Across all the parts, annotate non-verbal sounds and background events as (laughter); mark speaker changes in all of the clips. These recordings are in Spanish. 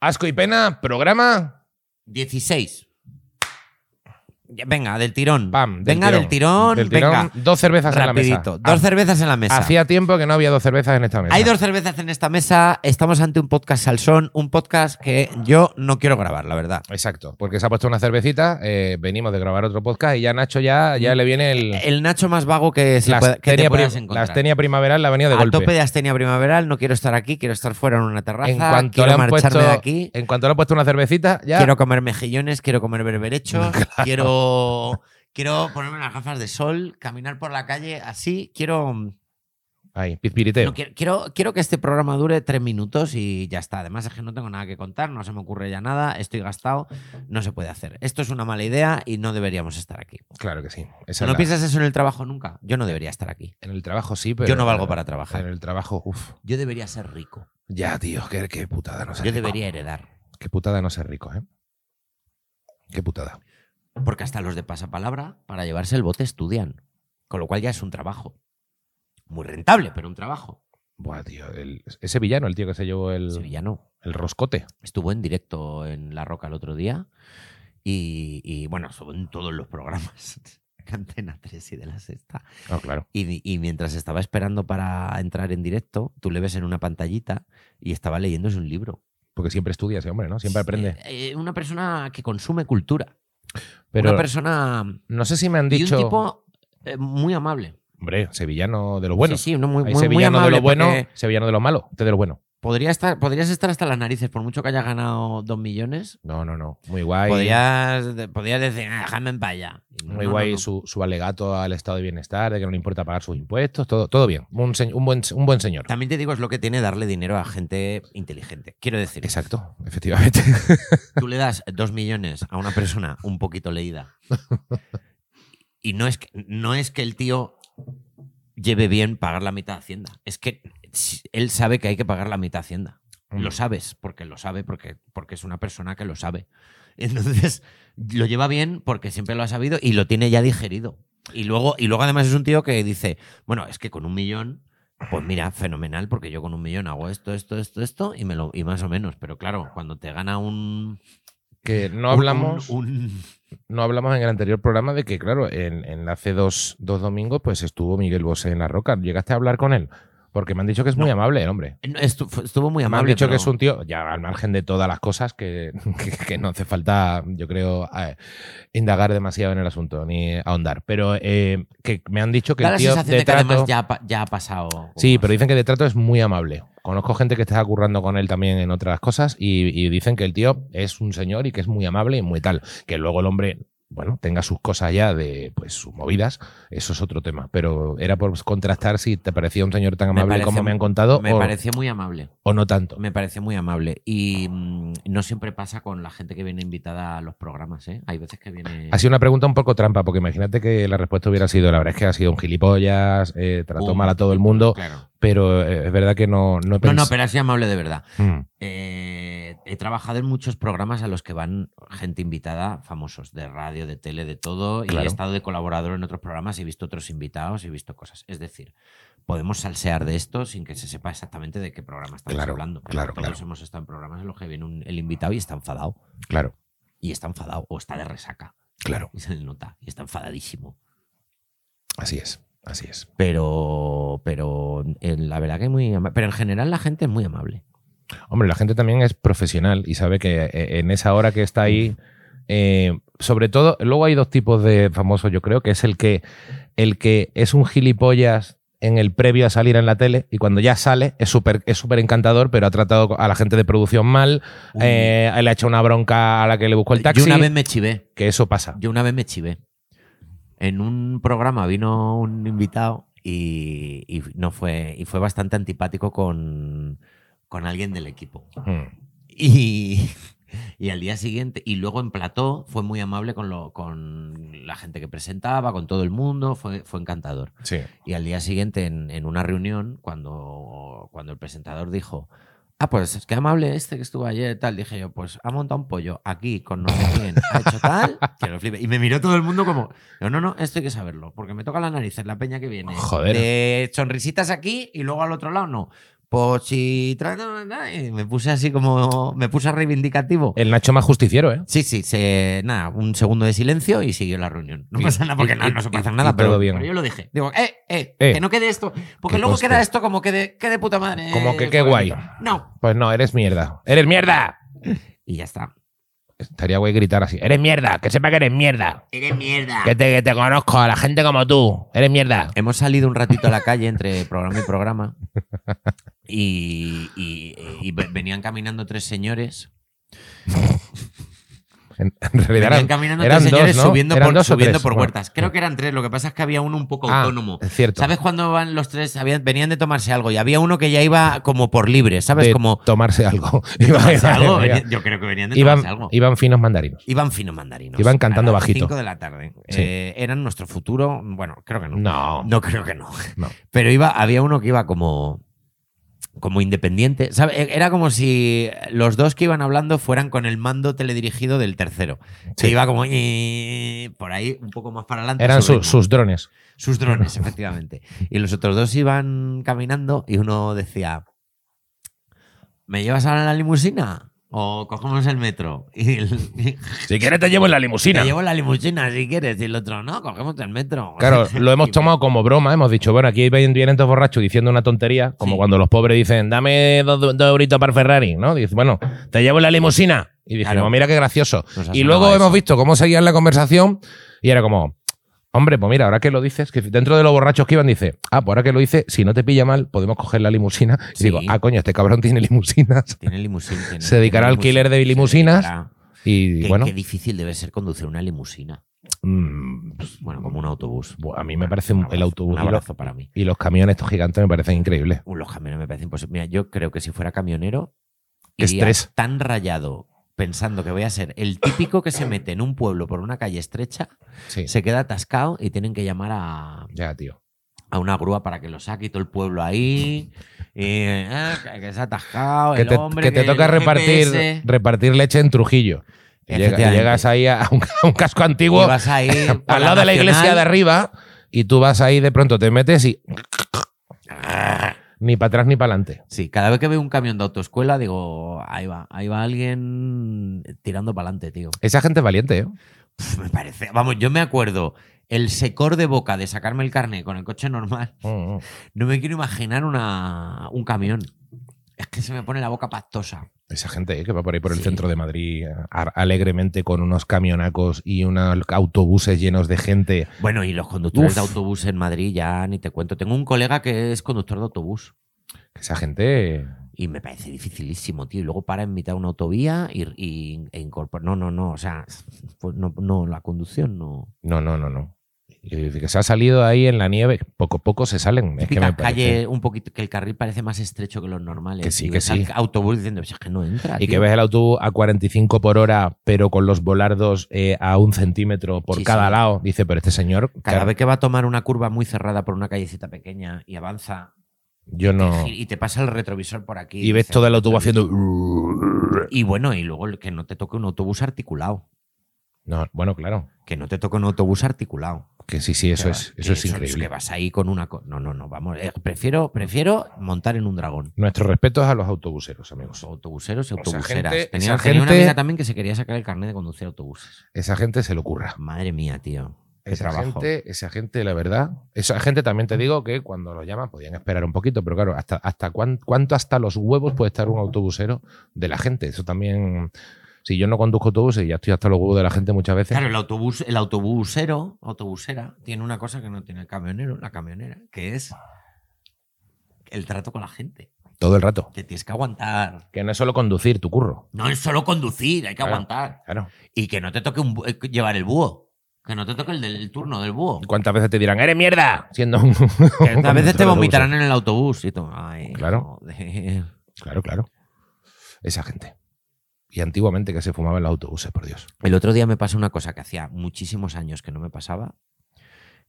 Speaker 1: Asco y pena, programa.
Speaker 2: 16. Ya, Venga, del tirón.
Speaker 1: Pam, del
Speaker 2: venga, del tirón.
Speaker 1: Del tirón,
Speaker 2: venga.
Speaker 1: Dos cervezas
Speaker 2: Rapidito.
Speaker 1: en la mesa.
Speaker 2: Dos cervezas en la mesa.
Speaker 1: Hacía tiempo que no había dos cervezas en esta mesa.
Speaker 2: Hay dos cervezas en esta mesa. Estamos ante un podcast salsón, un podcast que yo no quiero grabar, la verdad.
Speaker 1: Exacto, porque se ha puesto una cervecita, eh, venimos de grabar otro podcast y ya Nacho ya, ya le viene el...
Speaker 2: El Nacho más vago que, se
Speaker 1: la
Speaker 2: pueda- que te
Speaker 1: astenia
Speaker 2: puedas
Speaker 1: pri- la
Speaker 2: encontrar.
Speaker 1: astenia primaveral la ha venido de
Speaker 2: Al
Speaker 1: golpe.
Speaker 2: tope de astenia primaveral, no quiero estar aquí, quiero estar fuera en una terraza,
Speaker 1: en cuanto
Speaker 2: quiero
Speaker 1: le han
Speaker 2: marcharme
Speaker 1: puesto,
Speaker 2: de aquí,
Speaker 1: en cuanto le han puesto una cervecita, ya
Speaker 2: quiero comer mejillones, quiero comer
Speaker 1: (laughs)
Speaker 2: berberechos, quiero, quiero ponerme unas gafas de sol, caminar por la calle así, quiero mm,
Speaker 1: ahí, pizpiriteo.
Speaker 2: No, quiero, quiero, quiero que este programa dure tres minutos y ya está. Además, es que no tengo nada que contar, no se me ocurre ya nada, estoy gastado, no se puede hacer. Esto es una mala idea y no deberíamos estar aquí.
Speaker 1: Claro que sí. Esa
Speaker 2: ¿No
Speaker 1: es la-
Speaker 2: piensas eso en el trabajo nunca? Yo no debería estar aquí.
Speaker 1: En el trabajo sí, pero
Speaker 2: Yo no valgo para trabajar.
Speaker 1: en el trabajo, uff.
Speaker 2: Yo debería ser rico.
Speaker 1: Ya, tío, qué, qué putada no ser
Speaker 2: Yo
Speaker 1: rico.
Speaker 2: debería heredar.
Speaker 1: Qué putada no ser rico, ¿eh? Qué putada.
Speaker 2: Porque hasta los de pasapalabra, para llevarse el bote, estudian. Con lo cual ya es un trabajo. Muy rentable, pero un trabajo.
Speaker 1: Buah, tío. el- ese villano, el tío que se llevó el,
Speaker 2: Sevillano.
Speaker 1: el roscote.
Speaker 2: estuvo en directo en La Roca el otro día y, y, bueno, estuvo en todos los programas (laughs) de Antena 3 y de la Sexta.
Speaker 1: Ah, claro.
Speaker 2: Y, y mientras estaba esperando para entrar en directo, tú le ves en una pantallita y estaba leyéndose un libro.
Speaker 1: Porque siempre estudia ese hombre, ¿no? Siempre aprende.
Speaker 2: Eh, eh, una persona que consume cultura.
Speaker 1: Pero
Speaker 2: una persona...
Speaker 1: no sé si me han dicho.
Speaker 2: Y un tipo eh, muy amable.
Speaker 1: Hombre, sevillano de lo bueno.
Speaker 2: sí, sí, uno muy,
Speaker 1: Hay
Speaker 2: muy- muy
Speaker 1: sevillano
Speaker 2: amable.
Speaker 1: de lo bueno,
Speaker 2: porque
Speaker 1: sevillano de lo malo, este de lo bueno.
Speaker 2: Podría estar, podrías estar hasta las narices, por mucho que hayas ganado dos millones.
Speaker 1: No, no, no. Muy guay.
Speaker 2: Podrías, podrías decir, "Ah, déjame en paya.
Speaker 1: Muy guay Su, su alegato al estado de bienestar, de que no le importa pagar sus impuestos, todo, todo bien. Un, se- un buen, un buen señor.
Speaker 2: También te digo, es lo que tiene darle dinero a gente inteligente. Quiero decir,
Speaker 1: Exacto, efectivamente.
Speaker 2: tú le das dos millones a una persona un poquito leída. Y no es que, no es que el tío lleve bien pagar la mitad a Hacienda. Es que si- él sabe que hay que pagar la mitad a Hacienda. Lo sabes, porque lo sabe, porque, porque es una persona que lo sabe. (laughs) Entonces, lo lleva bien porque siempre lo ha sabido y lo tiene ya digerido. Y luego, y luego además es un tío que dice, bueno, es que con un millón, pues mira, fenomenal, porque yo con un millón hago esto, esto, esto, esto, y, me lo, y más o menos. Pero claro, cuando te gana un...
Speaker 1: (laughs) Que no
Speaker 2: un-
Speaker 1: hablamos.
Speaker 2: Un, un-
Speaker 1: no hablamos en el anterior programa de que, claro, en, en hace dos, dos domingos, pues estuvo Miguel Bosé en la roca. Llegaste a hablar con él, porque me han dicho que es muy
Speaker 2: No.
Speaker 1: amable el hombre.
Speaker 2: no, estu- fue- estuvo muy
Speaker 1: me han
Speaker 2: amable.
Speaker 1: dicho que
Speaker 2: pero-
Speaker 1: es un tío, ya al margen de todas las cosas, que, (laughs) que- que no hace falta, yo creo, eh, indagar demasiado en el asunto, ni ahondar. Pero eh, que me han dicho que
Speaker 2: Da
Speaker 1: el
Speaker 2: la
Speaker 1: tío
Speaker 2: sensación
Speaker 1: de
Speaker 2: de que además
Speaker 1: trato.
Speaker 2: ya, ha pa- ya ha pasado. como
Speaker 1: Sí, pero
Speaker 2: así.
Speaker 1: dicen que de trato es muy amable. Conozco gente que está currando con él también en otras cosas y, y dicen que el tío es un señor y que es muy amable y muy tal. Que luego el hombre, bueno, tenga sus cosas ya de pues sus movidas, eso es otro tema. Pero era por contrastar si te parecía un señor tan
Speaker 2: Me
Speaker 1: amable
Speaker 2: parece
Speaker 1: como
Speaker 2: un-
Speaker 1: me han contado
Speaker 2: Me
Speaker 1: o,
Speaker 2: pareció muy amable.
Speaker 1: o no tanto.
Speaker 2: Me pareció muy amable. Y mm, no siempre pasa con la gente que viene invitada a los programas, ¿eh? Hay veces que viene.
Speaker 1: Ha sido una pregunta un poco trampa, porque imagínate que la respuesta hubiera sido, la verdad es que ha sido un gilipollas, eh, trató
Speaker 2: Pum.
Speaker 1: mal a todo el mundo,
Speaker 2: Claro.
Speaker 1: pero eh, es verdad que no, no he
Speaker 2: No, no,
Speaker 1: pensado.
Speaker 2: pero ha sido amable de verdad.
Speaker 1: Mm.
Speaker 2: Eh, he trabajado en muchos programas a los que van gente invitada, famosos, de radio, de tele, de todo, y
Speaker 1: Claro.
Speaker 2: he estado de colaborador en otros programas, he visto otros invitados, he visto cosas. Es decir, podemos salsear de esto sin que se sepa exactamente de qué programa estamos
Speaker 1: Claro,
Speaker 2: hablando. pero
Speaker 1: claro,
Speaker 2: todos
Speaker 1: claro.
Speaker 2: hemos estado en programas en los que viene un- el invitado y está enfadado.
Speaker 1: Claro,
Speaker 2: Y está enfadado, o está de resaca, (laughs)
Speaker 1: claro,
Speaker 2: y se le nota, y está enfadadísimo.
Speaker 1: así es, así es.
Speaker 2: Pero, pero eh, la verdad que muy ama- Pero en general la gente es muy amable.
Speaker 1: Hombre, la gente también es profesional y sabe que eh, en esa hora que está ahí, eh, sobre todo, luego hay dos tipos de famosos, yo creo, que es el que, el que es un gilipollas en el previo a salir en la tele y cuando ya sale es súper es súper encantador, pero ha tratado a la gente de producción mal, eh, le ha hecho una bronca a la que le buscó el taxi,
Speaker 2: Yo una vez me chivé.
Speaker 1: que eso pasa.
Speaker 2: Yo una vez me chivé. En un programa vino un invitado y, y no fue, y fue bastante antipático con, con alguien del equipo.
Speaker 1: Mm,
Speaker 2: Y, (laughs) y al día siguiente, y luego en plató, fue muy amable con, lo, con la gente que presentaba, con todo el mundo, fue, fue encantador.
Speaker 1: sí.
Speaker 2: Y al día siguiente, en, en una reunión, cuando, cuando el presentador dijo, ah, pues es que amable este que estuvo ayer, tal, dije yo, pues ha montado un pollo aquí con no sé quién, ha hecho tal, que lo flipe. Y me miró todo el mundo como, no, no, no, esto hay que saberlo, porque me toca la nariz, es la peña que viene.
Speaker 1: Joder.
Speaker 2: De sonrisitas aquí y luego al otro lado no. Pues Pochi, tra- tra- tra- y me puse así como, me puse reivindicativo.
Speaker 1: El Nacho más justiciero, ¿eh?
Speaker 2: Sí, sí, se, nada, un segundo de silencio y siguió la reunión. No
Speaker 1: Y-
Speaker 2: pasa nada porque
Speaker 1: y-
Speaker 2: no, no se
Speaker 1: y-
Speaker 2: pasa
Speaker 1: y
Speaker 2: nada,
Speaker 1: todo
Speaker 2: pero,
Speaker 1: bien.
Speaker 2: pero yo lo dije. Digo, eh, eh,
Speaker 1: Eh,
Speaker 2: que no quede esto, porque
Speaker 1: que
Speaker 2: luego
Speaker 1: conste.
Speaker 2: queda esto como que de, que de puta madre.
Speaker 1: Como que
Speaker 2: eh,
Speaker 1: qué guay.
Speaker 2: No.
Speaker 1: Pues no, eres mierda. ¡Eres mierda!
Speaker 2: Y ya está.
Speaker 1: Estaría guay gritar así. ¡Eres mierda! ¡Que sepa que eres mierda!
Speaker 2: Eres mierda.
Speaker 1: Ah. Que te, que te conozco, a la gente como tú. ¡Eres mierda!
Speaker 2: Hemos salido un ratito a la calle entre programa y programa y, y- y ve- venían caminando tres señores.
Speaker 1: En, en realidad
Speaker 2: Venían
Speaker 1: eran-
Speaker 2: caminando
Speaker 1: eran
Speaker 2: tres
Speaker 1: dos,
Speaker 2: señores
Speaker 1: ¿no?
Speaker 2: subiendo,
Speaker 1: Eran
Speaker 2: por,
Speaker 1: dos o
Speaker 2: subiendo
Speaker 1: tres,
Speaker 2: por
Speaker 1: bueno.
Speaker 2: huertas. Creo que eran tres, lo que pasa es que había uno un poco
Speaker 1: Ah,
Speaker 2: autónomo.
Speaker 1: es cierto.
Speaker 2: ¿Sabes cuando van los tres? Habían, venían de tomarse algo y había uno que ya iba como por libre, ¿sabes?
Speaker 1: De (laughs)
Speaker 2: como
Speaker 1: tomarse
Speaker 2: (laughs)
Speaker 1: algo. Iban-
Speaker 2: tomarse algo.
Speaker 1: iban-
Speaker 2: Yo creo que venían de tomarse
Speaker 1: iban,
Speaker 2: algo.
Speaker 1: iban finos mandarinos.
Speaker 2: Iban fino mandarinos.
Speaker 1: Iban cantando
Speaker 2: A las
Speaker 1: bajito.
Speaker 2: 5 de la tarde.
Speaker 1: Sí.
Speaker 2: Eh, eran nuestro futuro. Bueno, creo que no.
Speaker 1: No.
Speaker 2: No creo que no.
Speaker 1: No.
Speaker 2: (laughs) Pero iba, había uno que iba como, como independiente. ¿sabe? E- Era como si los dos que iban hablando fueran con el mando teledirigido del tercero. Que
Speaker 1: Sí.
Speaker 2: iba como eh, por ahí, un poco más para adelante.
Speaker 1: Eran
Speaker 2: sobre
Speaker 1: su- sus drones.
Speaker 2: sus
Speaker 1: (laughs)
Speaker 2: drones, efectivamente. Y los otros dos iban caminando y uno decía, ¿me llevas ahora en la limusina? ¿O cogemos el metro? (laughs) Y el-
Speaker 1: Si quieres te llevo en la limusina.
Speaker 2: te llevo la limusina si quieres. Y el otro, no, cogemos el metro. (laughs)
Speaker 1: Claro, lo hemos
Speaker 2: Y-
Speaker 1: tomado como broma, hemos dicho, bueno, aquí vienen vienen dos borrachos diciendo una tontería, como
Speaker 2: Sí.
Speaker 1: cuando los pobres dicen, dame dos, dos euritos para el Ferrari, ¿no? Dice, bueno, te llevo en la limusina. Y dijimos,
Speaker 2: Claro.
Speaker 1: mira qué gracioso.
Speaker 2: Nos ha
Speaker 1: Y
Speaker 2: sonado
Speaker 1: luego
Speaker 2: eso.
Speaker 1: hemos visto cómo seguían la conversación y era como, hombre, pues mira, ahora que lo dices, que dentro de los borrachos que iban, dice, ah, pues ahora que lo dice, si no te pilla mal, podemos coger la limusina. Y
Speaker 2: Sí.
Speaker 1: digo, ah, coño, este cabrón tiene limusinas.
Speaker 2: Tiene limusina. tiene-
Speaker 1: Se dedicará
Speaker 2: tiene
Speaker 1: al alquiler de
Speaker 2: limusina, se
Speaker 1: limusinas.
Speaker 2: dedicará-
Speaker 1: Y
Speaker 2: Qué,
Speaker 1: bueno,
Speaker 2: qué difícil debe ser conducir una limusina.
Speaker 1: mm, pues,
Speaker 2: Bueno, como un autobús.
Speaker 1: a mí me parece un-
Speaker 2: Un abrazo-
Speaker 1: el autobús
Speaker 2: Un
Speaker 1: y, los,
Speaker 2: abrazo para mí.
Speaker 1: y los camiones estos gigantes me parecen increíbles.
Speaker 2: Uh, Los camiones me parecen imposibles. Mira, yo creo que si fuera camionero,
Speaker 1: Qué
Speaker 2: iría
Speaker 1: estrés.
Speaker 2: tan rayado pensando que voy a ser el típico que se mete en un pueblo por una calle estrecha,
Speaker 1: Sí.
Speaker 2: se queda atascado y tienen que llamar a,
Speaker 1: Ya, tío.
Speaker 2: a una grúa para que lo saque y todo el pueblo ahí. y, eh, que- que se ha atascado,
Speaker 1: que
Speaker 2: el
Speaker 1: te,
Speaker 2: hombre.
Speaker 1: que te
Speaker 2: el
Speaker 1: toca repartir,
Speaker 2: GPS.
Speaker 1: repartir leche en Trujillo. Y llega-
Speaker 2: Efectivamente.
Speaker 1: llegas ahí a un, (laughs) a un casco
Speaker 2: Y
Speaker 1: antiguo, (laughs)
Speaker 2: vas ahí por
Speaker 1: al lado de la iglesia de
Speaker 2: nacional.
Speaker 1: arriba, y tú vas ahí de pronto, te metes y.
Speaker 2: Ah.
Speaker 1: ni para atrás ni para adelante.
Speaker 2: Sí, cada vez que veo un camión de autoescuela, digo, ahí va, ahí va alguien tirando para adelante, tío.
Speaker 1: Esa gente es valiente, ¿eh?
Speaker 2: Pf, me parece. Vamos, yo me acuerdo el secor de boca de sacarme el carnet con el coche normal.
Speaker 1: Mm, mm.
Speaker 2: No me quiero imaginar una, un camión. Es que se me pone la boca pastosa.
Speaker 1: Esa gente ¿eh? que va por ahí por el
Speaker 2: Sí.
Speaker 1: centro de Madrid a- alegremente con unos camionacos y unos autobuses llenos de gente.
Speaker 2: Bueno, y los conductores
Speaker 1: Uf.
Speaker 2: de autobús en Madrid ya ni te cuento. Tengo un colega que es conductor de autobús
Speaker 1: Esa gente.
Speaker 2: y me parece dificilísimo, tío. Y luego para en mitad de una autovía y, y- e incorpora. No, no, no. O sea, pues no, no, la conducción no.
Speaker 1: No, no, no, no. Y Que se ha salido ahí en la nieve. Poco a poco se salen. Es que me
Speaker 2: Típica
Speaker 1: parece.
Speaker 2: calle un poquito que el carril parece más estrecho que los normales.
Speaker 1: Que sí,
Speaker 2: Y
Speaker 1: que
Speaker 2: ves al
Speaker 1: sí.
Speaker 2: autobús diciendo, "Pues es que no entra.
Speaker 1: Y
Speaker 2: tío".
Speaker 1: que ves el autobús a 45 por hora, pero con los volardos eh, a un centímetro por
Speaker 2: Sí,
Speaker 1: cada
Speaker 2: sí.
Speaker 1: lado. Dice, pero este señor,
Speaker 2: Cada
Speaker 1: claro,
Speaker 2: vez que va a tomar una curva muy cerrada por una callecita pequeña y avanza
Speaker 1: yo no.
Speaker 2: y te pasa el retrovisor por aquí.
Speaker 1: Y ves
Speaker 2: dices,
Speaker 1: todo el autobús haciendo.
Speaker 2: Y bueno, y luego el que no te toque un autobús articulado.
Speaker 1: (laughs) No, bueno, claro.
Speaker 2: Que no te toque un autobús articulado.
Speaker 1: Que sí, sí, eso
Speaker 2: Que
Speaker 1: es,
Speaker 2: va-
Speaker 1: eso es
Speaker 2: Que
Speaker 1: increíble.
Speaker 2: vas ahí con una. co- No, no, no, vamos. eh, prefiero, prefiero montar en un dragón.
Speaker 1: Nuestros respetos a los autobuseros,
Speaker 2: Los
Speaker 1: amigos.
Speaker 2: autobuseros y
Speaker 1: O sea,
Speaker 2: autobuseras.
Speaker 1: gente-
Speaker 2: tenía,
Speaker 1: Pues esa
Speaker 2: tenía una
Speaker 1: gente-
Speaker 2: amiga también que se quería sacar el carnet de conducir autobuses.
Speaker 1: Esa gente se le ocurra.
Speaker 2: Madre mía, tío. Qué
Speaker 1: Esa
Speaker 2: trabajo.
Speaker 1: gente, esa gente, la verdad. Esa gente también te digo que cuando lo llaman podían esperar un poquito, pero claro, hasta, hasta cuán- cuánto hasta los huevos puede estar un autobusero de la gente. Eso también. Si yo no conduzco autobuses y ya estoy hasta los huevos de la gente muchas veces.
Speaker 2: Claro, el autobús, el autobusero, autobusera, tiene una cosa que no tiene el camionero, la camionera, que es el trato con la gente.
Speaker 1: Todo el rato.
Speaker 2: Que tienes que aguantar.
Speaker 1: Que no es solo conducir tu curro.
Speaker 2: No es solo conducir, hay que
Speaker 1: Claro.
Speaker 2: aguantar.
Speaker 1: Claro.
Speaker 2: Y que no te toque un bu- eh, llevar el búho. Que no te toque el del el turno del búho.
Speaker 1: ¿Cuántas veces te dirán, eres mierda? Siendo un. (laughs)
Speaker 2: Que a veces te
Speaker 1: un
Speaker 2: vomitarán en el autobús y tú, ay,
Speaker 1: Claro.
Speaker 2: joder.
Speaker 1: autobús. Claro, claro. Esa gente. Y antiguamente que se fumaba en los autobuses, por Dios.
Speaker 2: El otro día me pasó una cosa que hacía muchísimos años que no me pasaba,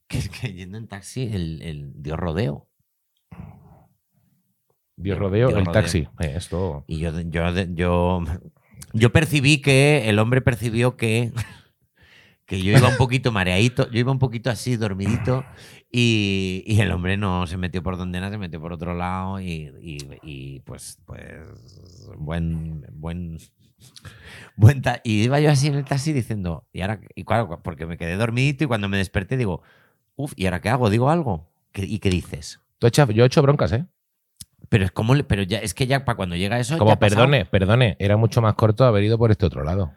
Speaker 2: que es que yendo en taxi, el, el dio rodeo.
Speaker 1: Dios rodeo,
Speaker 2: Dios
Speaker 1: el
Speaker 2: rodeo.
Speaker 1: taxi. Eh, esto.
Speaker 2: Y yo, yo, yo, yo percibí que el hombre percibió que, que yo iba un poquito mareadito, yo iba un poquito así, dormidito, y, y el hombre no se metió por donde era, se metió por otro lado, y, y- y, pues, pues, buen, buen, buen ta- Y iba yo así en el taxi diciendo, y ahora, y claro, porque me quedé dormidito y cuando me desperté digo, uff, ¿y ahora qué hago? ¿Digo algo? ¿Qué- ¿Y qué dices?
Speaker 1: Tú echas- yo he hecho broncas, ¿eh?
Speaker 2: Pero es como, le- pero ya, es que ya para cuando llega eso. ya
Speaker 1: Como,
Speaker 2: ha pasado.
Speaker 1: perdone, perdone, era mucho más corto haber ido por este otro lado.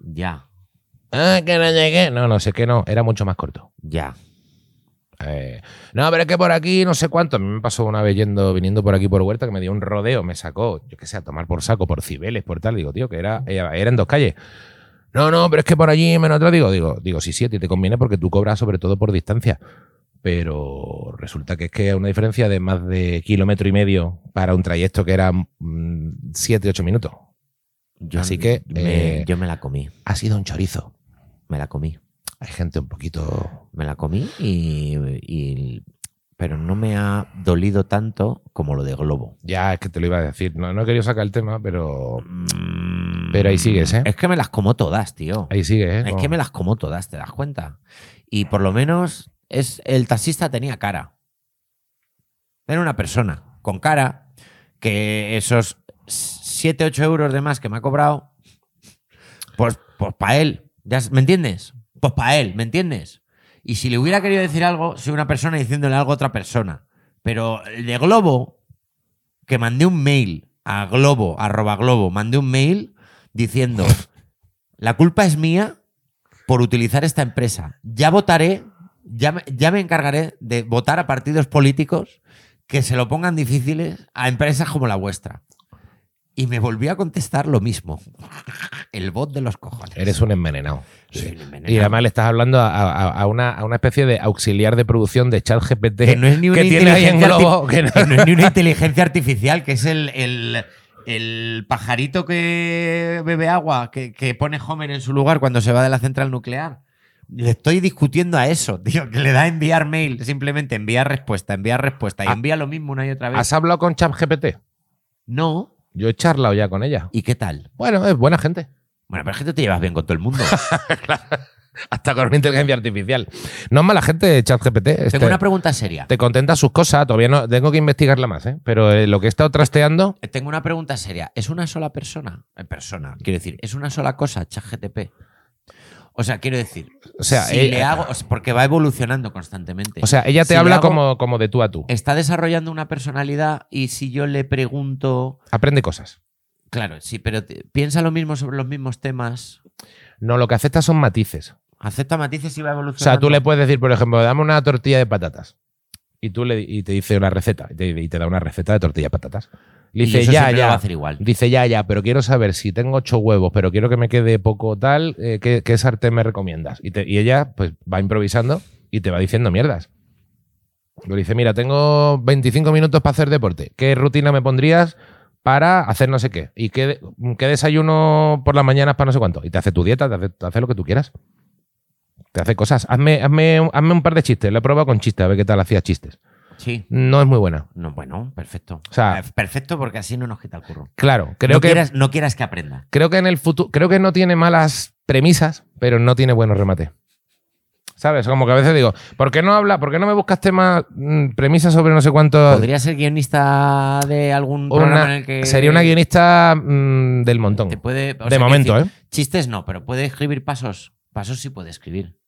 Speaker 2: Ya,
Speaker 1: Ah, que no llegué. No, no sé qué, no, era mucho más corto.
Speaker 2: ya.
Speaker 1: Eh, no, pero es que por aquí no sé cuánto. A mí me pasó una vez yendo, viniendo por aquí por Huerta, que me dio un rodeo, me sacó, yo qué sé, a tomar por saco, por Cibeles, por tal. Digo, tío, que era, eh, era en dos calles. No, no, pero es que por allí menos atrás. Digo, digo, digo, sí, sí, a ti te conviene porque tú cobras sobre todo por distancia. Pero resulta que es que una diferencia de más de kilómetro y medio para un trayecto que era 7, 8 minutos.
Speaker 2: Yo,
Speaker 1: Así que,
Speaker 2: me-
Speaker 1: eh,
Speaker 2: yo me la comí,
Speaker 1: Ha sido un chorizo.
Speaker 2: me la comí.
Speaker 1: Hay gente un poquito.
Speaker 2: me la comí y, y- pero no me ha dolido tanto como lo de globo.
Speaker 1: Ya, es que te lo iba a decir. No, no he querido sacar el tema, pero
Speaker 2: Mm.
Speaker 1: Pero ahí sigues, ¿eh?
Speaker 2: Es que me las como todas, tío.
Speaker 1: ahí sigue, ¿eh?
Speaker 2: es
Speaker 1: Como-
Speaker 2: que me las como todas, ¿te das cuenta? Y por lo menos es el taxista tenía cara. Era una persona con cara que esos 7, 8 euros de más que me ha cobrado, pues, pues para él, ¿ya s- ¿me entiendes? Pues para él, ¿me entiendes? Y si le hubiera querido decir algo, soy una persona diciéndole algo a otra persona. Pero el de Globo, que mandé un mail a Globo, arroba Globo, mandé un mail diciendo, la culpa es mía por utilizar esta empresa. Ya votaré, ya me, ya me encargaré de votar a partidos políticos que se lo pongan difíciles a empresas como la vuestra. Y me volvió a contestar lo mismo. (laughs) El bot de los cojones.
Speaker 1: Eres un envenenado.
Speaker 2: Soy un
Speaker 1: Y
Speaker 2: envenenado.
Speaker 1: además le estás hablando a, a- a una, a una especie de auxiliar de producción de ChatGPT
Speaker 2: que no es ni una
Speaker 1: que tiene ahí en
Speaker 2: inteligencia arti-
Speaker 1: globo. que no-
Speaker 2: que no es ni una inteligencia artificial, que es el, el- el pajarito que bebe agua, que, que pone Homer en su lugar cuando se va de la central nuclear. Le estoy discutiendo a eso, (laughs) tío, que le da a enviar mail, simplemente enviar respuesta, enviar respuesta y
Speaker 1: Ah.
Speaker 2: envía lo mismo una y otra vez.
Speaker 1: ¿Has hablado con ChatGPT?
Speaker 2: No,
Speaker 1: Yo he charlado ya con ella.
Speaker 2: ¿y qué tal?
Speaker 1: Bueno, es buena gente. (laughs)
Speaker 2: Bueno, pero es que tú te llevas bien con todo el mundo.
Speaker 1: Hasta con una inteligencia artificial. No es mala gente ChatGPT. Este,
Speaker 2: Tengo una pregunta seria.
Speaker 1: Te contenta sus cosas. Todavía no tengo que investigarla más, ¿eh? Pero eh, lo que he estado trasteando,
Speaker 2: Tengo una pregunta seria. ¿Es una sola persona? Eh, Persona, quiero decir, ¿es una sola cosa, ChatGTP? O sea, quiero decir,
Speaker 1: o sea,
Speaker 2: si
Speaker 1: eh,
Speaker 2: le hago, o sea, porque va evolucionando constantemente.
Speaker 1: o sea, ella te
Speaker 2: si le
Speaker 1: habla
Speaker 2: hago-
Speaker 1: como, como de tú a tú.
Speaker 2: está desarrollando una personalidad y si yo le pregunto,
Speaker 1: Aprende cosas.
Speaker 2: claro, sí, pero te- piensa lo mismo sobre los mismos temas,
Speaker 1: No, lo que acepta son matices.
Speaker 2: acepta matices y va
Speaker 1: O sea,
Speaker 2: evolucionando.
Speaker 1: tú le puedes decir, por ejemplo, dame una tortilla de patatas. Y tú le y te dice una receta. Y te, y te da una receta de tortilla de patatas. Le
Speaker 2: y
Speaker 1: dice,
Speaker 2: eso
Speaker 1: ya,
Speaker 2: siempre lo va a
Speaker 1: ya.
Speaker 2: hacer igual.
Speaker 1: Dice, ya, ya, pero quiero saber si tengo ocho huevos, pero quiero que me quede poco tal, eh, ¿qué, qué sartén me recomiendas? Y, te- y ella, pues, va improvisando y te va diciendo mierdas. Le dice, mira, tengo 25 minutos para hacer deporte. ¿Qué rutina me pondrías para hacer no sé qué? ¿Y qué, de- qué desayuno por las mañanas para no sé cuánto? Y te hace tu dieta, te hace, te hace lo que tú quieras. Te hace cosas. Hazme, hazme, un- hazme un par de chistes. Lo he probado con chistes, a ver qué tal hacía chistes.
Speaker 2: Sí.
Speaker 1: No es muy buena.
Speaker 2: No, bueno, perfecto.
Speaker 1: O sea-
Speaker 2: Eh, perfecto porque así no nos quita el curro.
Speaker 1: Claro, creo
Speaker 2: no,
Speaker 1: que...
Speaker 2: quieras, no quieras que aprenda.
Speaker 1: Creo que en el futuro, creo que no tiene malas premisas, pero no tiene buenos remates. ¿Sabes? Como que a veces digo, ¿por qué no habla? ¿Por qué no me buscas temas, mm, premisas sobre no sé cuánto?
Speaker 2: ¿Podría ser guionista de algún programa en
Speaker 1: Pues, Una-
Speaker 2: el que
Speaker 1: Sería una guionista mm, del montón.
Speaker 2: te puede, o sea,
Speaker 1: de
Speaker 2: quiero
Speaker 1: momento,
Speaker 2: decir,
Speaker 1: ¿eh?
Speaker 2: Chistes no, pero puede escribir pasos. Pasos sí puede escribir.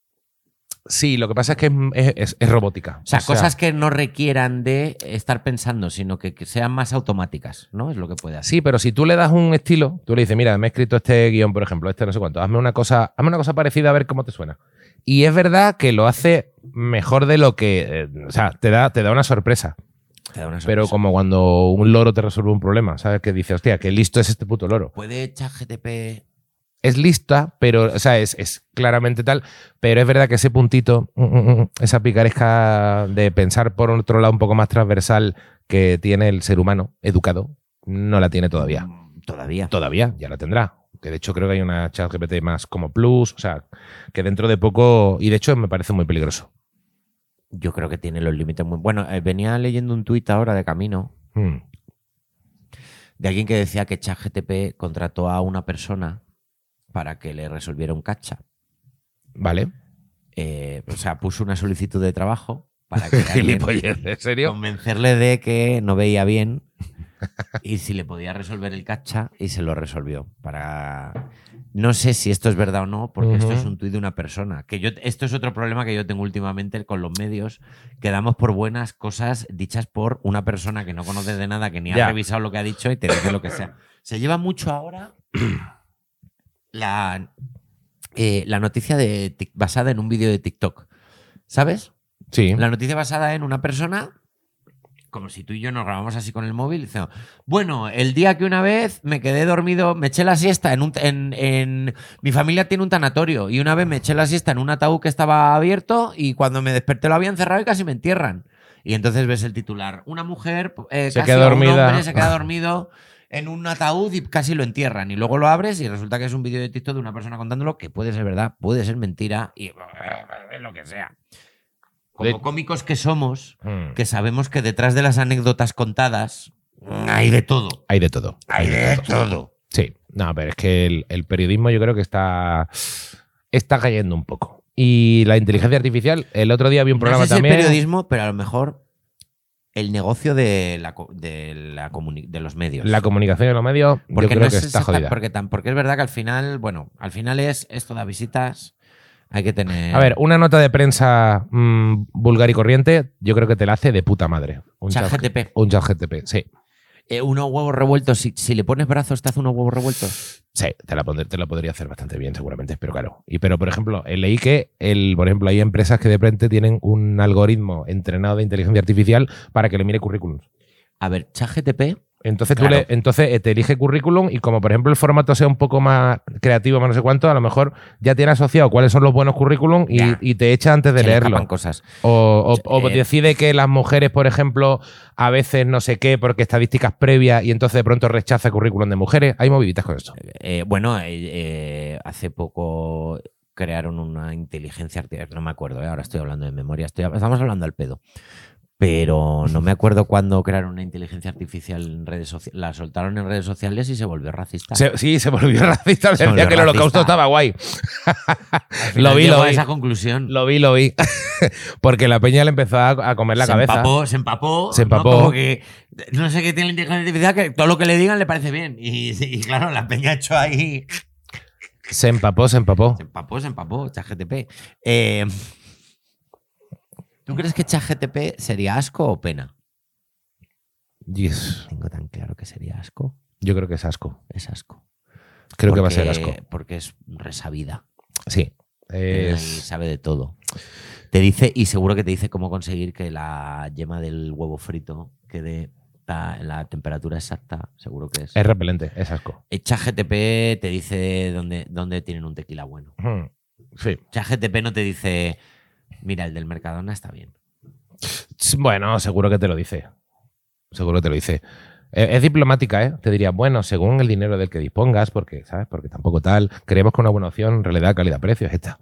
Speaker 1: Sí, lo que pasa es que es, es- es robótica.
Speaker 2: O sea, cosas que no requieran de estar pensando, sino que, que sean más automáticas, ¿no? Es lo que puede hacer.
Speaker 1: Sí, pero si tú le das un estilo, tú le dices, mira, me he escrito este guión, por ejemplo, este no sé cuánto, hazme una cosa, hazme una cosa parecida a ver cómo te suena. Y es verdad que lo hace mejor de lo que. eh, o sea, te da, te da una sorpresa.
Speaker 2: Te da una
Speaker 1: Pero
Speaker 2: sorpresa.
Speaker 1: como cuando un loro te resuelve un problema, ¿sabes? Que dice, hostia, qué listo es este puto loro.
Speaker 2: ¿Puede ChatGTP
Speaker 1: Es lista, pero, o sea, es, es claramente tal, pero es verdad que ese puntito, mm, mm, mm, esa picaresca de pensar por otro lado un poco más transversal que tiene el ser humano educado, no la tiene todavía.
Speaker 2: Mm, Todavía.
Speaker 1: Todavía, ya la tendrá. Que de hecho creo que hay una chat GPT más como Plus, o sea, que dentro de poco, y de hecho me parece muy peligroso.
Speaker 2: Yo creo que tiene los límites muy. Bueno, eh, venía leyendo un tuit ahora de camino
Speaker 1: Mm.
Speaker 2: de alguien que decía que ChatGTP contrató a una persona para que le resolviera un cacha.
Speaker 1: Vale.
Speaker 2: Eh, o sea, puso una solicitud de trabajo para
Speaker 1: (laughs)
Speaker 2: que alguien-
Speaker 1: Gilipollas, ¿en serio?
Speaker 2: convencerle de que no veía bien y si le podía resolver el cacha y se lo resolvió para no sé si esto es verdad o no porque esto
Speaker 1: Ujú.
Speaker 2: es un tuit de una persona que yo esto es otro problema que yo tengo últimamente con los medios que damos por buenas cosas dichas por una persona que no conoces de nada que ni
Speaker 1: Ya.
Speaker 2: ha revisado lo que ha dicho y te dice lo que sea se lleva mucho ahora la eh, la noticia de Tik- basada en un vídeo de TikTok sabes
Speaker 1: Sí.
Speaker 2: la noticia basada en una persona, como si tú y yo nos grabamos así con el móvil, diciendo, bueno, el día que una vez me quedé dormido, me eché la siesta en un... En, en- mi familia tiene un tanatorio y una vez me eché la siesta en un ataúd que estaba abierto y cuando me desperté lo habían cerrado y casi me entierran. Y entonces ves el titular, una mujer eh,
Speaker 1: Se
Speaker 2: casi
Speaker 1: queda
Speaker 2: a un
Speaker 1: dormida.
Speaker 2: hombre
Speaker 1: (laughs)
Speaker 2: se queda dormido en un ataúd y casi lo entierran. Y luego lo abres y resulta que es un vídeo de TikTok de una persona contándolo que puede ser verdad, puede ser mentira y (laughs) lo que sea. Como
Speaker 1: De-
Speaker 2: cómicos que somos,
Speaker 1: Mm.
Speaker 2: que sabemos que detrás de las anécdotas contadas mm, hay de todo.
Speaker 1: Hay de todo.
Speaker 2: Hay de todo.
Speaker 1: Sí, no, pero es que el, el periodismo yo creo que está, está cayendo un poco. Y la inteligencia artificial, el otro día vi un programa
Speaker 2: no sé si
Speaker 1: también.
Speaker 2: el periodismo, pero a lo mejor el negocio de, la, co- de, la comuni- de los medios.
Speaker 1: La comunicación en los medios, yo
Speaker 2: porque
Speaker 1: creo
Speaker 2: no
Speaker 1: que
Speaker 2: es
Speaker 1: está
Speaker 2: exacta-
Speaker 1: jodida.
Speaker 2: Porque, tan- porque es verdad que al final, bueno, al final es esto da visitas, hay que tener...
Speaker 1: A ver, una nota de prensa mm, vulgar y corriente, yo creo que te la hace de puta madre. Un chat,
Speaker 2: ChatGPT.
Speaker 1: un chat GTP, sí.
Speaker 2: Eh, unos huevos revueltos, si, si le pones brazos te hace unos huevos revueltos.
Speaker 1: Sí, te la, pondré- te la podría hacer bastante bien, seguramente, pero claro. Y pero, por ejemplo, eh, leí que el, por ejemplo, hay empresas que de repente tienen un algoritmo entrenado de inteligencia artificial para que le mire currículums.
Speaker 2: A ver, ChatGPT,
Speaker 1: Entonces, tú
Speaker 2: Claro.
Speaker 1: le- entonces eh, te elige currículum y como por ejemplo el formato sea un poco más creativo, más no sé cuánto, a lo mejor ya tiene asociado cuáles son los buenos currículum y,
Speaker 2: Ya.
Speaker 1: y te echa antes de
Speaker 2: se le escapan
Speaker 1: leerlo.
Speaker 2: cosas.
Speaker 1: O, o- o pues
Speaker 2: Eh,
Speaker 1: decide que las mujeres, por ejemplo, a veces no sé qué, porque estadísticas previas y entonces de pronto rechaza currículum de mujeres. Hay moviditas con esto.
Speaker 2: Eh, bueno, eh, eh, hace poco crearon una inteligencia artificial, no me acuerdo, eh, ahora estoy hablando de memoria, estoy, estamos hablando al pedo, pero no me acuerdo cuando crearon una inteligencia artificial en redes sociales, la soltaron en redes sociales y se volvió racista.
Speaker 1: Se- sí, se volvió (laughs) racista,
Speaker 2: Se
Speaker 1: decía
Speaker 2: volvió
Speaker 1: que el
Speaker 2: racista.
Speaker 1: holocausto estaba guay.
Speaker 2: Al
Speaker 1: (laughs)
Speaker 2: final
Speaker 1: lo vi,
Speaker 2: llegó
Speaker 1: lo
Speaker 2: a
Speaker 1: vi.
Speaker 2: esa conclusión.
Speaker 1: Lo vi, lo vi. (laughs) porque la peña le empezó a a comer la
Speaker 2: se
Speaker 1: cabeza.
Speaker 2: empapó, se empapó,
Speaker 1: Se
Speaker 2: ¿no?
Speaker 1: empapó.
Speaker 2: Como que, no sé qué tiene la inteligencia artificial, que todo lo que le digan le parece bien. Y, y claro, la peña ha hecho ahí
Speaker 1: Se empapó, se empapó.
Speaker 2: Se empapó, se empapó, ChatGTP. Eh, ¿Tú crees que ChatGTP sería asco o pena?
Speaker 1: Yes.
Speaker 2: Tengo tan claro que sería asco.
Speaker 1: Yo creo que es asco.
Speaker 2: Es asco.
Speaker 1: Creo que va a
Speaker 2: Porque-
Speaker 1: ser asco.
Speaker 2: Porque es resabida.
Speaker 1: Sí.
Speaker 2: Y
Speaker 1: Es...
Speaker 2: sabe de todo. Te dice, y seguro que te dice cómo conseguir que la yema del huevo frito quede ta- en la temperatura exacta. Seguro que es.
Speaker 1: es repelente, es asco.
Speaker 2: Eh, ChatGTP te dice dónde, dónde tienen un tequila bueno.
Speaker 1: Hmm. Sí.
Speaker 2: ChatGTP no te dice, mira, el del Mercadona está bien.
Speaker 1: S- Bueno, seguro que te lo dice. Seguro que te lo dice. Eh, Es diplomática, ¿eh? Te diría, bueno, según el dinero del que dispongas, porque, ¿sabes? Porque tampoco tal. Creemos que una buena opción, realidad, calidad, precio, es esta.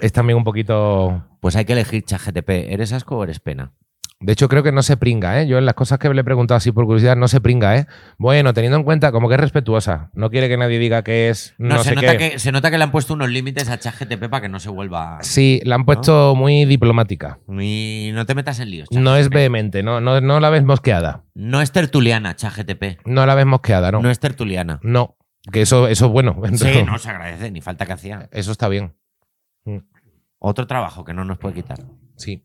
Speaker 1: Es también un poquito.
Speaker 2: Pues hay que elegir ChatGTP. ¿Eres asco o eres pena?
Speaker 1: De hecho, creo que no se pringa, ¿eh? Yo en las cosas que le he preguntado así por curiosidad, no se pringa, ¿eh? Bueno, teniendo en cuenta como que es respetuosa. No quiere que nadie diga que es. No,
Speaker 2: No, se,
Speaker 1: sé
Speaker 2: nota
Speaker 1: qué.
Speaker 2: que, se nota que le han puesto unos límites a ChatGTP para que no se vuelva.
Speaker 1: Sí, la han puesto muy diplomática.
Speaker 2: Ni- no te metas en líos. ChatGPT.
Speaker 1: No es vehemente, no, no, no la ves mosqueada.
Speaker 2: No es tertuliana, ChatGTP.
Speaker 1: No la ves mosqueada,
Speaker 2: No.
Speaker 1: no. No,
Speaker 2: es tertuliana.
Speaker 1: que eso, eso es bueno. (laughs)
Speaker 2: Sí, no se agradece, ni falta que hacía.
Speaker 1: Eso está bien.
Speaker 2: Otro trabajo que no nos puede quitar.
Speaker 1: Sí.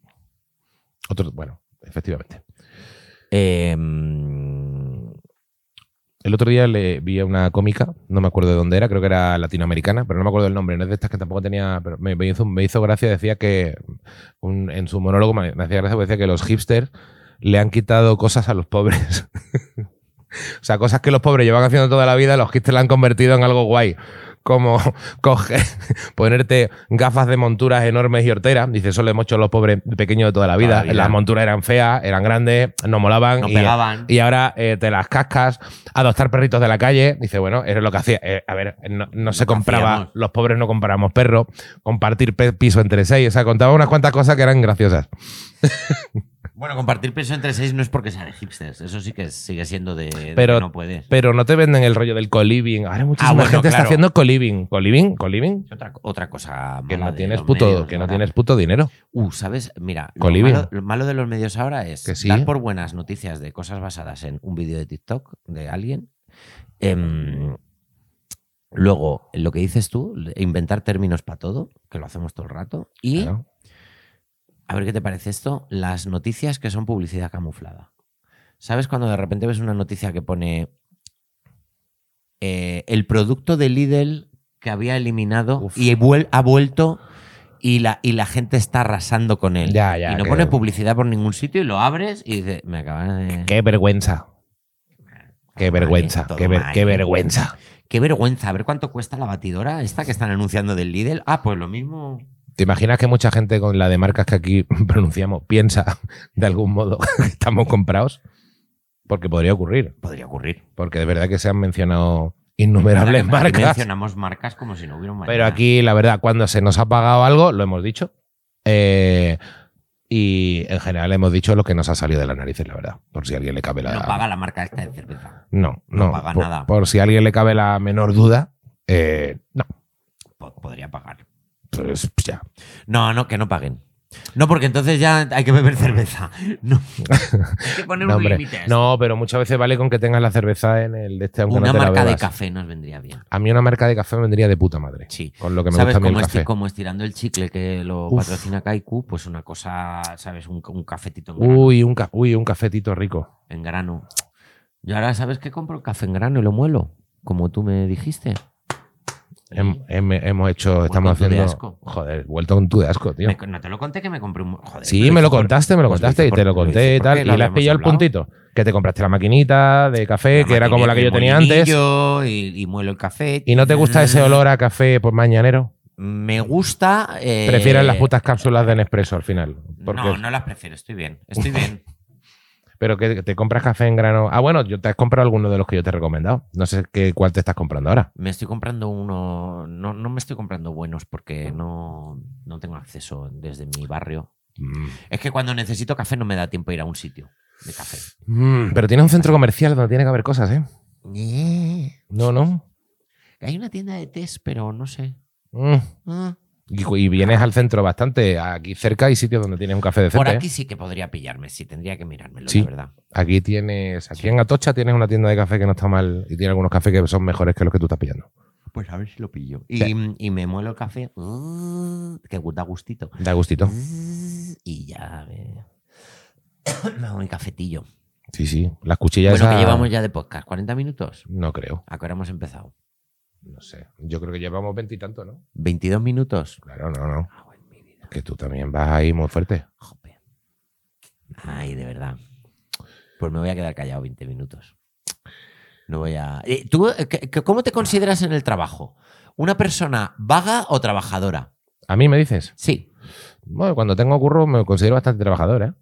Speaker 1: Otro, bueno, efectivamente.
Speaker 2: Eh, mm,
Speaker 1: El otro día le vi a una cómica, no me acuerdo de dónde era, creo que era latinoamericana, pero no me acuerdo el nombre. No es de estas que tampoco tenía. Pero me, me hizo, me hizo gracia, decía que un- en su monólogo me, me hacía gracia porque decía que los hipsters le han quitado cosas a los pobres. (laughs) o sea, cosas que los pobres llevan haciendo toda la vida, los hipsters la han convertido en algo guay. Como (laughs) coger, ponerte gafas de monturas enormes y horteras. Dice, eso lo hemos hecho los pobres pequeños de toda la vida.
Speaker 2: la vida.
Speaker 1: Las monturas eran feas, eran grandes, no molaban.
Speaker 2: no
Speaker 1: y-
Speaker 2: pegaban.
Speaker 1: y ahora eh, te las cascas, adoptar perritos de la calle. Dice, bueno, eso es lo que hacía. Eh, a ver, no, no se
Speaker 2: Lo que
Speaker 1: compraba,
Speaker 2: hacíamos.
Speaker 1: los pobres no comprábamos perros, compartir pe- piso entre seis. O sea, contaba unas cuantas cosas que eran graciosas.
Speaker 2: Bueno, compartir piso entre seis no es porque sea de hipsters. Eso sí que sigue siendo de, de
Speaker 1: Pero-
Speaker 2: que no puedes.
Speaker 1: Pero no te venden el rollo del co-living. Ahora muchísima
Speaker 2: Ah, bueno,
Speaker 1: gente está
Speaker 2: claro.
Speaker 1: haciendo co-living. ¿Co-living? ¿Co-living?
Speaker 2: Y Otra, otra cosa
Speaker 1: Que
Speaker 2: mala
Speaker 1: no
Speaker 2: de
Speaker 1: tienes
Speaker 2: los
Speaker 1: puto,
Speaker 2: medios
Speaker 1: que no
Speaker 2: ahora.
Speaker 1: tienes puto dinero.
Speaker 2: Uh, ¿sabes? Mira, lo
Speaker 1: Coliving.
Speaker 2: malo, lo malo de los medios ahora es
Speaker 1: Que sí.
Speaker 2: dar por buenas noticias de cosas basadas en un vídeo de TikTok de alguien. Em, luego, lo que dices tú, inventar términos para todo, que lo hacemos todo el rato. Y,
Speaker 1: Claro.
Speaker 2: a ver qué te parece esto, las noticias que son publicidad camuflada. ¿Sabes cuando de repente ves una noticia que pone eh, el producto de Lidl que había eliminado
Speaker 1: Uf.
Speaker 2: y vuel- ha vuelto y la, y la gente está arrasando con él?
Speaker 1: Ya, ya,
Speaker 2: y no
Speaker 1: que-
Speaker 2: pone publicidad por ningún sitio y lo abres y dices, me acaban de...
Speaker 1: Qué vergüenza. Qué vergüenza.
Speaker 2: todo
Speaker 1: qué, ver-
Speaker 2: mal.
Speaker 1: qué vergüenza.
Speaker 2: Qué vergüenza, a ver cuánto cuesta la batidora esta que están anunciando del Lidl. Ah, pues lo mismo.
Speaker 1: ¿Te imaginas que mucha gente con la de marcas que aquí (laughs) pronunciamos piensa de algún modo (laughs) que estamos comprados? Porque podría ocurrir.
Speaker 2: Podría ocurrir.
Speaker 1: Porque de verdad que se han mencionado innumerables
Speaker 2: Ahora que
Speaker 1: marcas.
Speaker 2: Mencionamos marcas como si no hubiera un
Speaker 1: Pero
Speaker 2: mañana.
Speaker 1: aquí, la verdad, cuando se nos ha pagado algo, lo hemos dicho. Eh, y en general hemos dicho lo que nos ha salido de las narices, la verdad. Por si a alguien le cabe la.
Speaker 2: No paga la marca esta de cerveza.
Speaker 1: no,
Speaker 2: no
Speaker 1: no,
Speaker 2: paga
Speaker 1: por,
Speaker 2: nada.
Speaker 1: por si a alguien le cabe la menor duda, eh, no.
Speaker 2: Po- podría pagar.
Speaker 1: Pues ya.
Speaker 2: No, no, que no paguen. No, porque entonces ya hay que beber cerveza. (laughs) No. hay que poner
Speaker 1: No,
Speaker 2: un
Speaker 1: hombre.
Speaker 2: límite. a esto.
Speaker 1: No, pero muchas veces vale con que tengas la cerveza en el de este, aunque
Speaker 2: Una
Speaker 1: no te la
Speaker 2: marca de
Speaker 1: bebas.
Speaker 2: café nos vendría bien.
Speaker 1: A mí una marca de café me vendría de puta madre.
Speaker 2: Sí.
Speaker 1: Con lo que me
Speaker 2: ¿Sabes
Speaker 1: gusta a mí el
Speaker 2: cómo,
Speaker 1: café.
Speaker 2: esti- cómo estirando el chicle que lo
Speaker 1: Uf.
Speaker 2: patrocina Kaiku? Pues una cosa, ¿sabes? Un, un cafetito en grano,
Speaker 1: Uy un, ca- uy, un cafetito rico.
Speaker 2: en grano. Yo ahora, ¿sabes qué? Compro café en grano y lo muelo, como tú me dijiste.
Speaker 1: Hem- hem- hemos hecho, estamos
Speaker 2: ¿Eh? con tu de
Speaker 1: haciendo.
Speaker 2: asco.
Speaker 1: Joder, vuelto un tú de asco, tío.
Speaker 2: Me- no te lo conté que me compré un... Joder,
Speaker 1: Sí, me
Speaker 2: hice
Speaker 1: lo
Speaker 2: por-
Speaker 1: contaste, me lo
Speaker 2: pues
Speaker 1: contaste
Speaker 2: hice
Speaker 1: y te
Speaker 2: por-
Speaker 1: lo conté y
Speaker 2: hice
Speaker 1: tal.
Speaker 2: porque
Speaker 1: Y
Speaker 2: lo
Speaker 1: le has
Speaker 2: habíamos
Speaker 1: pillado el
Speaker 2: hablado.
Speaker 1: puntito. Que te compraste la maquinita de café, que era como la que yo tenía antes.
Speaker 2: molinillo Y, y muelo el café.
Speaker 1: ¿Y no te gusta ese
Speaker 2: Mm,
Speaker 1: olor a café por mañanero?
Speaker 2: Me gusta. eh,
Speaker 1: Prefieres las putas cápsulas de Nespresso al final. Porque-
Speaker 2: No, no las prefiero, estoy bien. Estoy bien.
Speaker 1: Pero que te compras café en grano. Ah, bueno, yo te has comprado alguno de los que yo te he recomendado. No sé qué, cuál te estás comprando ahora.
Speaker 2: Me estoy comprando uno. No, no me estoy comprando buenos porque no, no tengo acceso desde mi barrio.
Speaker 1: Mm.
Speaker 2: Es que cuando necesito café no me da tiempo a ir a un sitio de café.
Speaker 1: Mm, pero tiene un centro comercial donde tiene que haber cosas, ¿eh?
Speaker 2: Eh,
Speaker 1: No, no.
Speaker 2: Hay una tienda de test, pero no sé.
Speaker 1: Mm.
Speaker 2: Ah.
Speaker 1: Y, cu- y vienes al centro bastante. Aquí cerca hay sitios donde tienes un café decente.
Speaker 2: Por
Speaker 1: ¿eh?
Speaker 2: aquí sí que podría pillarme, sí, tendría que mirármelo,
Speaker 1: Sí.
Speaker 2: la verdad.
Speaker 1: Aquí tienes, aquí en Atocha tienes una tienda de café que no está mal y tiene algunos cafés que son mejores que los que tú estás pillando.
Speaker 2: Pues a ver si lo pillo. Y, mm, y me muelo el café, mm, que da gustito.
Speaker 1: Da gustito.
Speaker 2: Zzz, Y ya me, (coughs) me hago mi cafetillo.
Speaker 1: Sí, sí. Las cuchillas.
Speaker 2: bueno,
Speaker 1: esas-
Speaker 2: que llevamos ya de podcast, 40 minutos.
Speaker 1: No creo.
Speaker 2: ¿A qué hora hemos empezado?
Speaker 1: No sé. Yo creo que llevamos veintitantos, ¿no?
Speaker 2: 22 minutos.
Speaker 1: Claro, no, no.
Speaker 2: Ah, bueno, mi vida,
Speaker 1: Que tú también vas ahí muy fuerte.
Speaker 2: jope. Ay, de verdad. Pues me voy a quedar callado 20 minutos. No voy a. Eh, ¿Tú eh, qué- qué- cómo te consideras en el trabajo? ¿Una persona vaga o trabajadora?
Speaker 1: A mí me dices.
Speaker 2: Sí.
Speaker 1: Bueno, cuando tengo curro me considero bastante trabajador, ¿eh?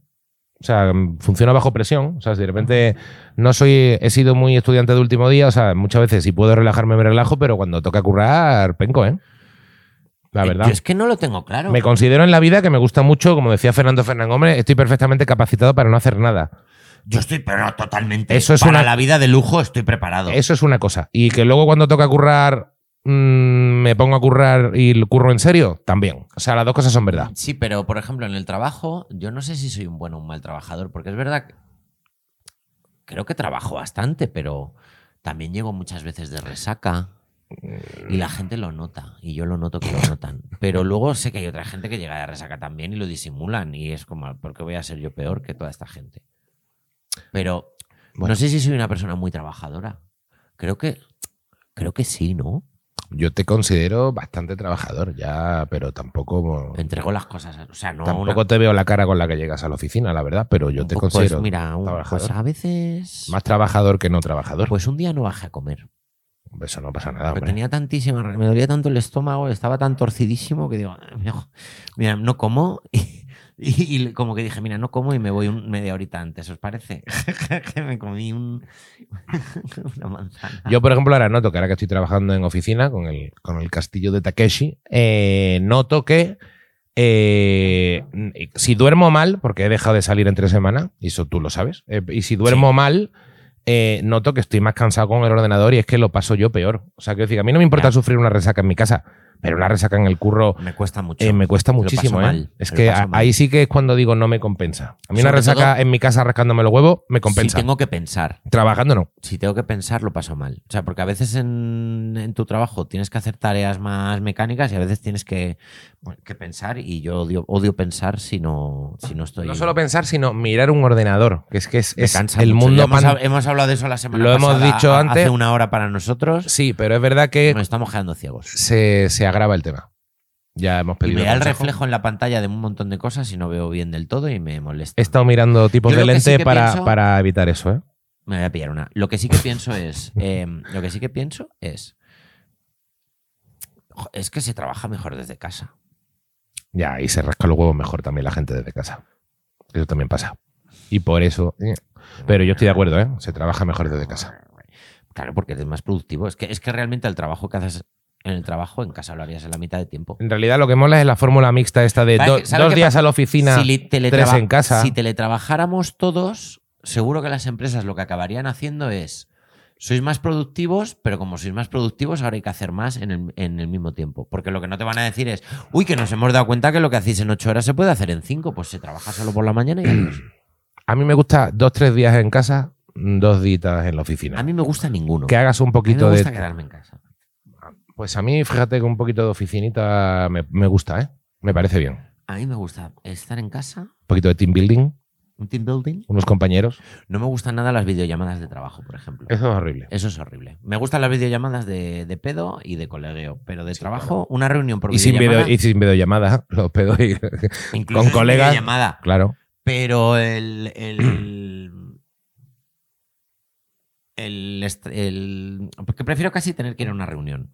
Speaker 1: O sea, mm, funciona bajo presión. O sea, si de repente no soy, he sido muy estudiante de último día, o sea, muchas veces si puedo relajarme me relajo, pero cuando toca currar, penco, ¿eh? La
Speaker 2: Eh,
Speaker 1: verdad.
Speaker 2: Yo es que no lo tengo claro.
Speaker 1: Me considero en la vida que me gusta mucho, como decía Fernando Fernández Gómez, estoy perfectamente capacitado para no hacer nada.
Speaker 2: Yo estoy, pero totalmente.
Speaker 1: Eso es
Speaker 2: para
Speaker 1: una-
Speaker 2: la vida de lujo estoy preparado.
Speaker 1: Eso es una cosa. Y que luego cuando toca currar, mm, me pongo a currar y lo curro en serio, también. O sea, las dos cosas son verdad.
Speaker 2: Sí, pero por ejemplo, en el trabajo, yo no sé si soy un buen o un mal trabajador, porque es verdad que creo que trabajo bastante, pero también llego muchas veces de resaca y la gente lo nota, y yo lo noto que lo notan. Pero luego sé que hay otra gente que llega de resaca también y lo disimulan, y es como, ¿por qué voy a ser yo peor que toda esta gente? Pero
Speaker 1: Bueno.
Speaker 2: no sé si soy una persona muy trabajadora. Creo que, creo que sí, ¿no?
Speaker 1: Yo te considero bastante trabajador ya, pero tampoco,
Speaker 2: Pues Entrego las cosas, o sea, no... una-
Speaker 1: tampoco te veo la cara con la que llegas a la oficina, la verdad, pero yo te
Speaker 2: Pues
Speaker 1: considero
Speaker 2: mira, un-
Speaker 1: trabajador.
Speaker 2: pues a veces.
Speaker 1: más trabajador que no trabajador.
Speaker 2: Pues un día no bajé a comer.
Speaker 1: Eso no pasa nada,
Speaker 2: porque
Speaker 1: hombre.
Speaker 2: tenía tantísima. re- Me dolía tanto el estómago, estaba tan torcidísimo que digo, "Ah, mira, mira, no como. (laughs) Y, y- y como que dije, mira, no como y me voy un- media horita antes, ¿os parece? (laughs) que me comí un- (laughs) una manzana.
Speaker 1: Yo, por ejemplo, ahora noto que ahora que estoy trabajando en oficina con el, con el castillo de Takeshi, eh, noto que Eh, si duermo mal, porque he dejado de salir entre semana, y eso tú lo sabes, eh, y si duermo mal, eh, noto que estoy más cansado con el ordenador y es que lo paso yo peor. O sea, que decir, a mí no me importa
Speaker 2: Ya.
Speaker 1: sufrir una resaca en mi casa, pero una resaca en el curro
Speaker 2: Me cuesta mucho.
Speaker 1: eh, me cuesta
Speaker 2: Lo
Speaker 1: muchísimo.
Speaker 2: paso
Speaker 1: ¿eh?
Speaker 2: mal,
Speaker 1: es
Speaker 2: lo
Speaker 1: que
Speaker 2: paso
Speaker 1: a-
Speaker 2: mal.
Speaker 1: ahí sí que es cuando digo no me compensa. A mí una
Speaker 2: Sobre
Speaker 1: resaca
Speaker 2: todo-
Speaker 1: en mi casa rascándome los huevos me compensa.
Speaker 2: Si tengo que pensar,
Speaker 1: Trabajando no.
Speaker 2: si tengo que pensar, lo paso mal. O sea, porque a veces en, en tu trabajo tienes que hacer tareas más mecánicas y a veces tienes que, bueno, que pensar y yo odio, odio pensar si no, si no estoy...
Speaker 1: No solo pensar, sino mirar un ordenador, que es que es,
Speaker 2: me
Speaker 1: es
Speaker 2: cansa
Speaker 1: el
Speaker 2: mucho.
Speaker 1: mundo
Speaker 2: Ya hemos,
Speaker 1: pan-
Speaker 2: hab- hemos hablado de eso la semana
Speaker 1: Lo hemos
Speaker 2: pasada,
Speaker 1: dicho
Speaker 2: ha-
Speaker 1: antes.
Speaker 2: Hace una hora para nosotros.
Speaker 1: Sí, pero es verdad que
Speaker 2: Nos estamos quedando ciegos.
Speaker 1: se, se agrava el tema. Ya hemos
Speaker 2: Y
Speaker 1: pedido.
Speaker 2: me da el
Speaker 1: consejo.
Speaker 2: reflejo en la pantalla de un montón de cosas y no veo bien del todo y me
Speaker 1: He
Speaker 2: molesta.
Speaker 1: estado mirando tipos
Speaker 2: Yo
Speaker 1: de
Speaker 2: lo que sí
Speaker 1: lente
Speaker 2: que
Speaker 1: para,
Speaker 2: pienso-
Speaker 1: para evitar eso, ¿eh?
Speaker 2: Me voy a pillar una. Lo que sí que pienso es. eh, lo que sí que pienso es. jo, Es que se trabaja mejor desde casa.
Speaker 1: Ya, y se rasca los huevos mejor también la gente desde casa. Eso también pasa. Y por eso. eh. Pero yo estoy de acuerdo, ¿eh? Se trabaja mejor desde casa.
Speaker 2: Claro, porque eres más productivo. Es que, es que realmente el trabajo que haces en el trabajo, en casa lo harías en la mitad de tiempo.
Speaker 1: En realidad lo que mola es la fórmula mixta esta de
Speaker 2: ¿Sabes
Speaker 1: do-
Speaker 2: qué- sabes
Speaker 1: dos
Speaker 2: qué
Speaker 1: días
Speaker 2: pasa?
Speaker 1: a la oficina.
Speaker 2: si, li- teletraba-
Speaker 1: tres en casa.
Speaker 2: si teletrabajáramos todos, seguro que las empresas lo que acabarían haciendo es. Sois más productivos, pero como sois más productivos, ahora hay que hacer más en el, en el mismo tiempo. Porque lo que no te van a decir es, uy, que nos hemos dado cuenta que lo que hacéis en ocho horas se puede hacer en cinco, pues se trabaja solo por la
Speaker 1: (clears throat)
Speaker 2: mañana y adiós.
Speaker 1: A mí me gusta dos, tres días en casa, dos ditas en la oficina.
Speaker 2: A mí me gusta ninguno.
Speaker 1: que hagas un
Speaker 2: a mí me
Speaker 1: poquito
Speaker 2: gusta
Speaker 1: de.
Speaker 2: quedarme en casa.
Speaker 1: Pues a mí, fíjate que un poquito de oficinita me, me gusta, ¿eh? Me parece bien. Un
Speaker 2: A mí me gusta estar en casa,
Speaker 1: poquito de team building,
Speaker 2: un team building.
Speaker 1: unos compañeros.
Speaker 2: No me gustan nada las videollamadas de trabajo, por ejemplo.
Speaker 1: Eso es horrible.
Speaker 2: Eso es horrible. Me gustan las videollamadas de, de pedo y de colegueo, pero de trabajo, una reunión por
Speaker 1: Y sin, video,
Speaker 2: videollamada,
Speaker 1: y sin videollamada, (laughs) los pedos. y-
Speaker 2: incluso
Speaker 1: con
Speaker 2: sin
Speaker 1: colegas.
Speaker 2: videollamada.
Speaker 1: claro.
Speaker 2: Pero el. el, el, est- el- porque prefiero casi tener que ir a una reunión.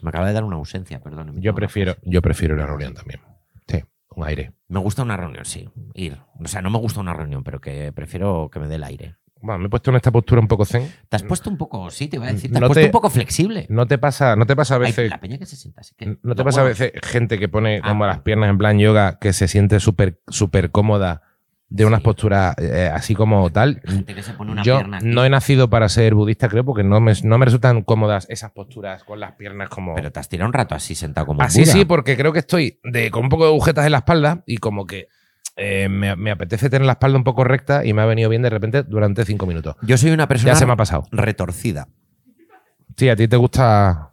Speaker 2: Me acaba de dar una ausencia, perdón.
Speaker 1: Yo prefiero, yo prefiero una reunión también. Sí, un aire.
Speaker 2: Me gusta una reunión, sí. Ir. O sea, no me gusta una reunión, pero que prefiero que me dé el aire.
Speaker 1: Bueno, me he puesto en esta postura un poco zen.
Speaker 2: Te has puesto un poco, sí, te iba a decir, te has
Speaker 1: Mm. No
Speaker 2: puesto
Speaker 1: te-
Speaker 2: un poco flexible.
Speaker 1: ¿No te pasa, no te pasa a
Speaker 2: Hay
Speaker 1: veces
Speaker 2: la peña que se sienta así. que
Speaker 1: ¿No te
Speaker 2: los
Speaker 1: pasa a
Speaker 2: huevos.
Speaker 1: veces gente que pone
Speaker 2: Ah.
Speaker 1: como las piernas en plan yoga, que se siente súper súper cómoda de unas
Speaker 2: Sí.
Speaker 1: posturas eh, así como tal?
Speaker 2: Gente que se pone una
Speaker 1: Yo
Speaker 2: pierna. aquí.
Speaker 1: no he nacido para ser budista, creo, porque no me, no me resultan cómodas esas posturas con las piernas como...
Speaker 2: Pero te has tirado un rato así sentado como un
Speaker 1: así
Speaker 2: Buda.
Speaker 1: Ah, sí, porque creo que estoy de, con un poco de agujetas en la espalda y como que eh, me, me apetece tener la espalda un poco recta y me ha venido bien de repente durante cinco minutos.
Speaker 2: Yo soy una persona
Speaker 1: Ya se me ha pasado.
Speaker 2: retorcida.
Speaker 1: Sí, a ti te gusta...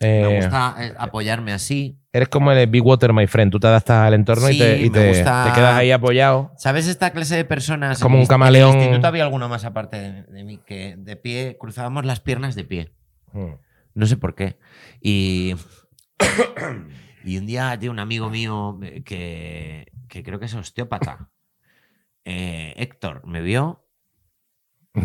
Speaker 1: eh,
Speaker 2: me gusta eh, apoyarme así.
Speaker 1: Eres como el Big Water, my friend. Tú te adaptas al entorno y,
Speaker 2: Sí,
Speaker 1: te, y
Speaker 2: me
Speaker 1: te-
Speaker 2: gusta-
Speaker 1: te quedas ahí apoyado.
Speaker 2: ¿Sabes esta clase de personas?
Speaker 1: Como
Speaker 2: En
Speaker 1: un
Speaker 2: el inst-
Speaker 1: camaleón.
Speaker 2: En el instituto había alguno más aparte de, de mí que de pie cruzábamos las piernas de pie.
Speaker 1: Mm.
Speaker 2: No sé por qué. Y, (coughs) y un día, tío, un amigo mío eh, que, que creo que es osteópata, eh, Héctor, me vio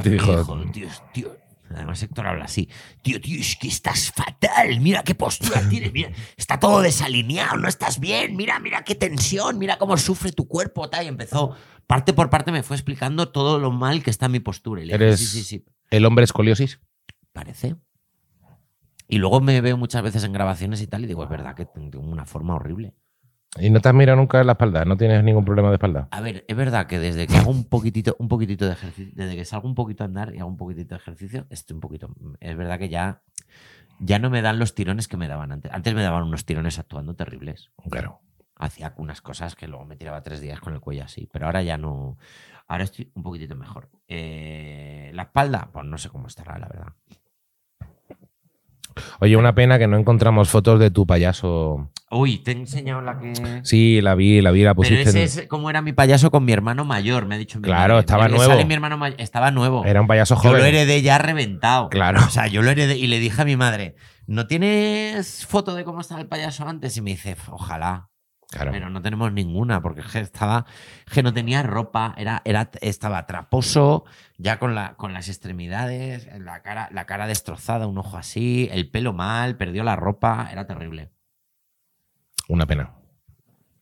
Speaker 1: Te dijo,
Speaker 2: Hijo, tío, tío. Además, Héctor habla así. Tío, tío, es que estás fatal. Mira qué postura tienes. Mira, está todo desalineado. No estás bien. Mira, mira qué tensión. Mira cómo sufre tu cuerpo. Tal. Y empezó, parte por parte, me fue explicando todo lo mal que está mi postura. Y le dije,
Speaker 1: Eres-
Speaker 2: sí, sí, sí.
Speaker 1: el hombre escoliosis.
Speaker 2: Parece. Y luego me veo muchas veces en grabaciones y tal. Y digo, es verdad que tengo una forma horrible.
Speaker 1: Y no te has mirado nunca en la espalda, no tienes ningún problema de espalda.
Speaker 2: A ver, es verdad que desde que hago un poquitito, un poquitito de ejercicio, desde que salgo un poquito a andar y hago un poquitito de ejercicio, estoy un poquito. Es verdad que ya, ya no me dan los tirones que me daban antes. Antes me daban unos tirones actuando terribles.
Speaker 1: Claro.
Speaker 2: Hacía unas cosas que luego me tiraba tres días con el cuello así. Pero ahora ya no. Ahora estoy un poquitito mejor. Eh, la espalda, pues no sé cómo estará, la verdad.
Speaker 1: Oye, una pena que no encontramos fotos de tu payaso.
Speaker 2: Uy, te he enseñado la que.
Speaker 1: Sí, la vi, la vi, la
Speaker 2: Pero
Speaker 1: pusiste.
Speaker 2: ese
Speaker 1: en-
Speaker 2: es como era mi payaso con mi hermano mayor, me ha dicho mi
Speaker 1: Claro,
Speaker 2: madre.
Speaker 1: estaba
Speaker 2: Me
Speaker 1: nuevo.
Speaker 2: sale mi hermano may- Estaba nuevo.
Speaker 1: Era un payaso
Speaker 2: Yo lo
Speaker 1: joven.
Speaker 2: heredé ya reventado.
Speaker 1: Claro.
Speaker 2: O sea, yo lo heredé y le dije a mi madre, ¿no tienes foto de cómo estaba el payaso antes? Y me dice, ojalá.
Speaker 1: Claro.
Speaker 2: Pero no tenemos ninguna, porque es que estaba, que no tenía ropa, era, era, estaba traposo, ya con, la, con las extremidades, la cara, la cara destrozada, un ojo así, el pelo mal, perdió la ropa, era terrible.
Speaker 1: Una pena.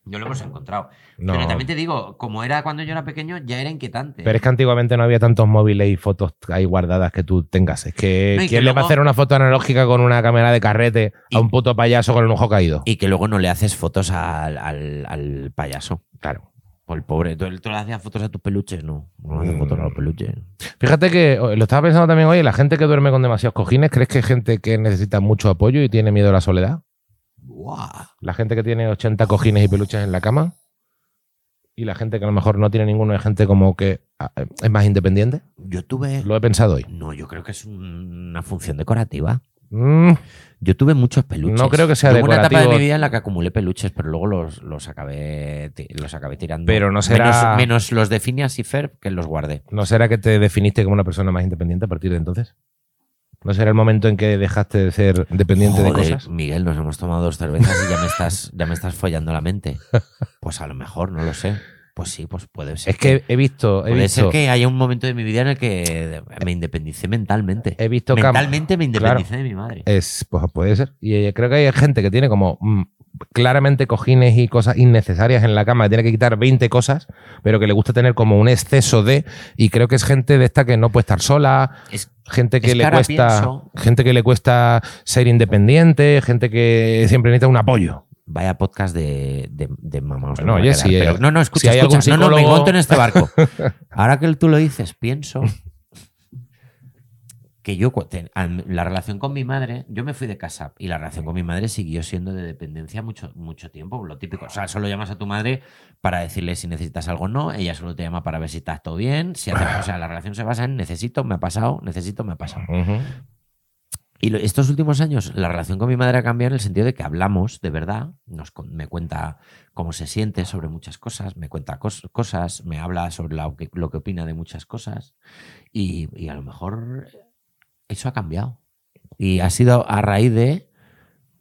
Speaker 2: No lo hemos encontrado.
Speaker 1: No.
Speaker 2: Pero también te digo, como era cuando yo era pequeño, ya era inquietante.
Speaker 1: Pero es que antiguamente no había tantos móviles y fotos ahí guardadas que tú tengas. Es que
Speaker 2: No, y que
Speaker 1: ¿quién le va a
Speaker 2: luego-
Speaker 1: hacer una foto analógica con una cámara de carrete a
Speaker 2: Y-
Speaker 1: un puto payaso con el ojo caído?
Speaker 2: Y que luego no le haces fotos al, al- al payaso.
Speaker 1: claro.
Speaker 2: O Pues el pobre. ¿Tú, tú le hacías fotos a tus peluches? No, no le haces
Speaker 1: Mm.
Speaker 2: fotos a los peluches.
Speaker 1: Fíjate que o- lo estaba pensando también hoy, la gente que duerme con demasiados cojines, ¿crees que es gente que necesita mucho apoyo y tiene miedo a la soledad?
Speaker 2: Buah.
Speaker 1: La gente que tiene 80 cojines y peluches en la cama. Y la gente que a lo mejor no tiene ninguno es gente como que ah, eh, es más independiente.
Speaker 2: Yo tuve.
Speaker 1: Lo he pensado hoy.
Speaker 2: No, yo creo que es un- una función decorativa.
Speaker 1: Mm,
Speaker 2: Yo tuve muchos peluches.
Speaker 1: No creo que sea
Speaker 2: Hubo una etapa de
Speaker 1: decorativo.
Speaker 2: mi vida en la que acumulé peluches, pero luego los, los, acabé, ti- los acabé tirando.
Speaker 1: Pero no será-
Speaker 2: Menos, menos los de Phineas y Ferb, que los guardé.
Speaker 1: ¿No será que te definiste como una persona más independiente a partir de entonces? ¿No será el momento en que dejaste de ser dependiente de
Speaker 2: Joder,
Speaker 1: cosas?
Speaker 2: Miguel, nos hemos tomado dos cervezas y ya me estás, ya me estás follando la mente.
Speaker 1: (laughs)
Speaker 2: Pues a lo mejor, no lo sé. Pues sí, pues puede ser.
Speaker 1: Es que he visto, he
Speaker 2: puede ser
Speaker 1: visto,
Speaker 2: que haya un momento de mi vida en el que me independicé mentalmente.
Speaker 1: he visto cam-
Speaker 2: mentalmente me
Speaker 1: Claro.
Speaker 2: independicé de mi madre.
Speaker 1: Es, pues puede ser. Y eh, creo que hay gente que tiene como mm, claramente cojines y cosas innecesarias en la cama, que tiene que quitar 20 cosas, pero que le gusta tener como un exceso de. Y creo que es gente de esta que no puede estar sola,
Speaker 2: Es-
Speaker 1: gente que
Speaker 2: Es que
Speaker 1: le
Speaker 2: ahora
Speaker 1: cuesta.
Speaker 2: pienso-
Speaker 1: Gente que le cuesta ser independiente, gente que siempre necesita un apoyo.
Speaker 2: Vaya podcast de, de, de mamá. os
Speaker 1: Bueno,
Speaker 2: lo voy
Speaker 1: oye,
Speaker 2: a quedar,
Speaker 1: si, eh,
Speaker 2: pero- no, no, escucha,
Speaker 1: si hay
Speaker 2: escucha.
Speaker 1: algún
Speaker 2: No, no, me
Speaker 1: psicólogo-
Speaker 2: monto en este barco.
Speaker 1: (laughs)
Speaker 2: Ahora que tú lo dices, pienso que yo, cu- te- al- la relación con mi madre, yo me fui de casa y la relación con mi madre siguió siendo de dependencia mucho, mucho tiempo, lo típico. O sea, solo llamas a tu madre para decirle si necesitas algo o no, ella solo te llama para ver si estás todo bien. Si haces- o sea, la relación se basa en necesito, me ha pasado, necesito, me ha pasado.
Speaker 1: Ujú.
Speaker 2: Y lo- estos últimos años la relación con mi madre ha cambiado en el sentido de que hablamos de verdad, nos, con- me cuenta cómo se siente sobre muchas cosas, me cuenta cos- cosas, me habla sobre la- lo que opina de muchas cosas y, y a lo mejor eso ha cambiado. Y ha sido a raíz de,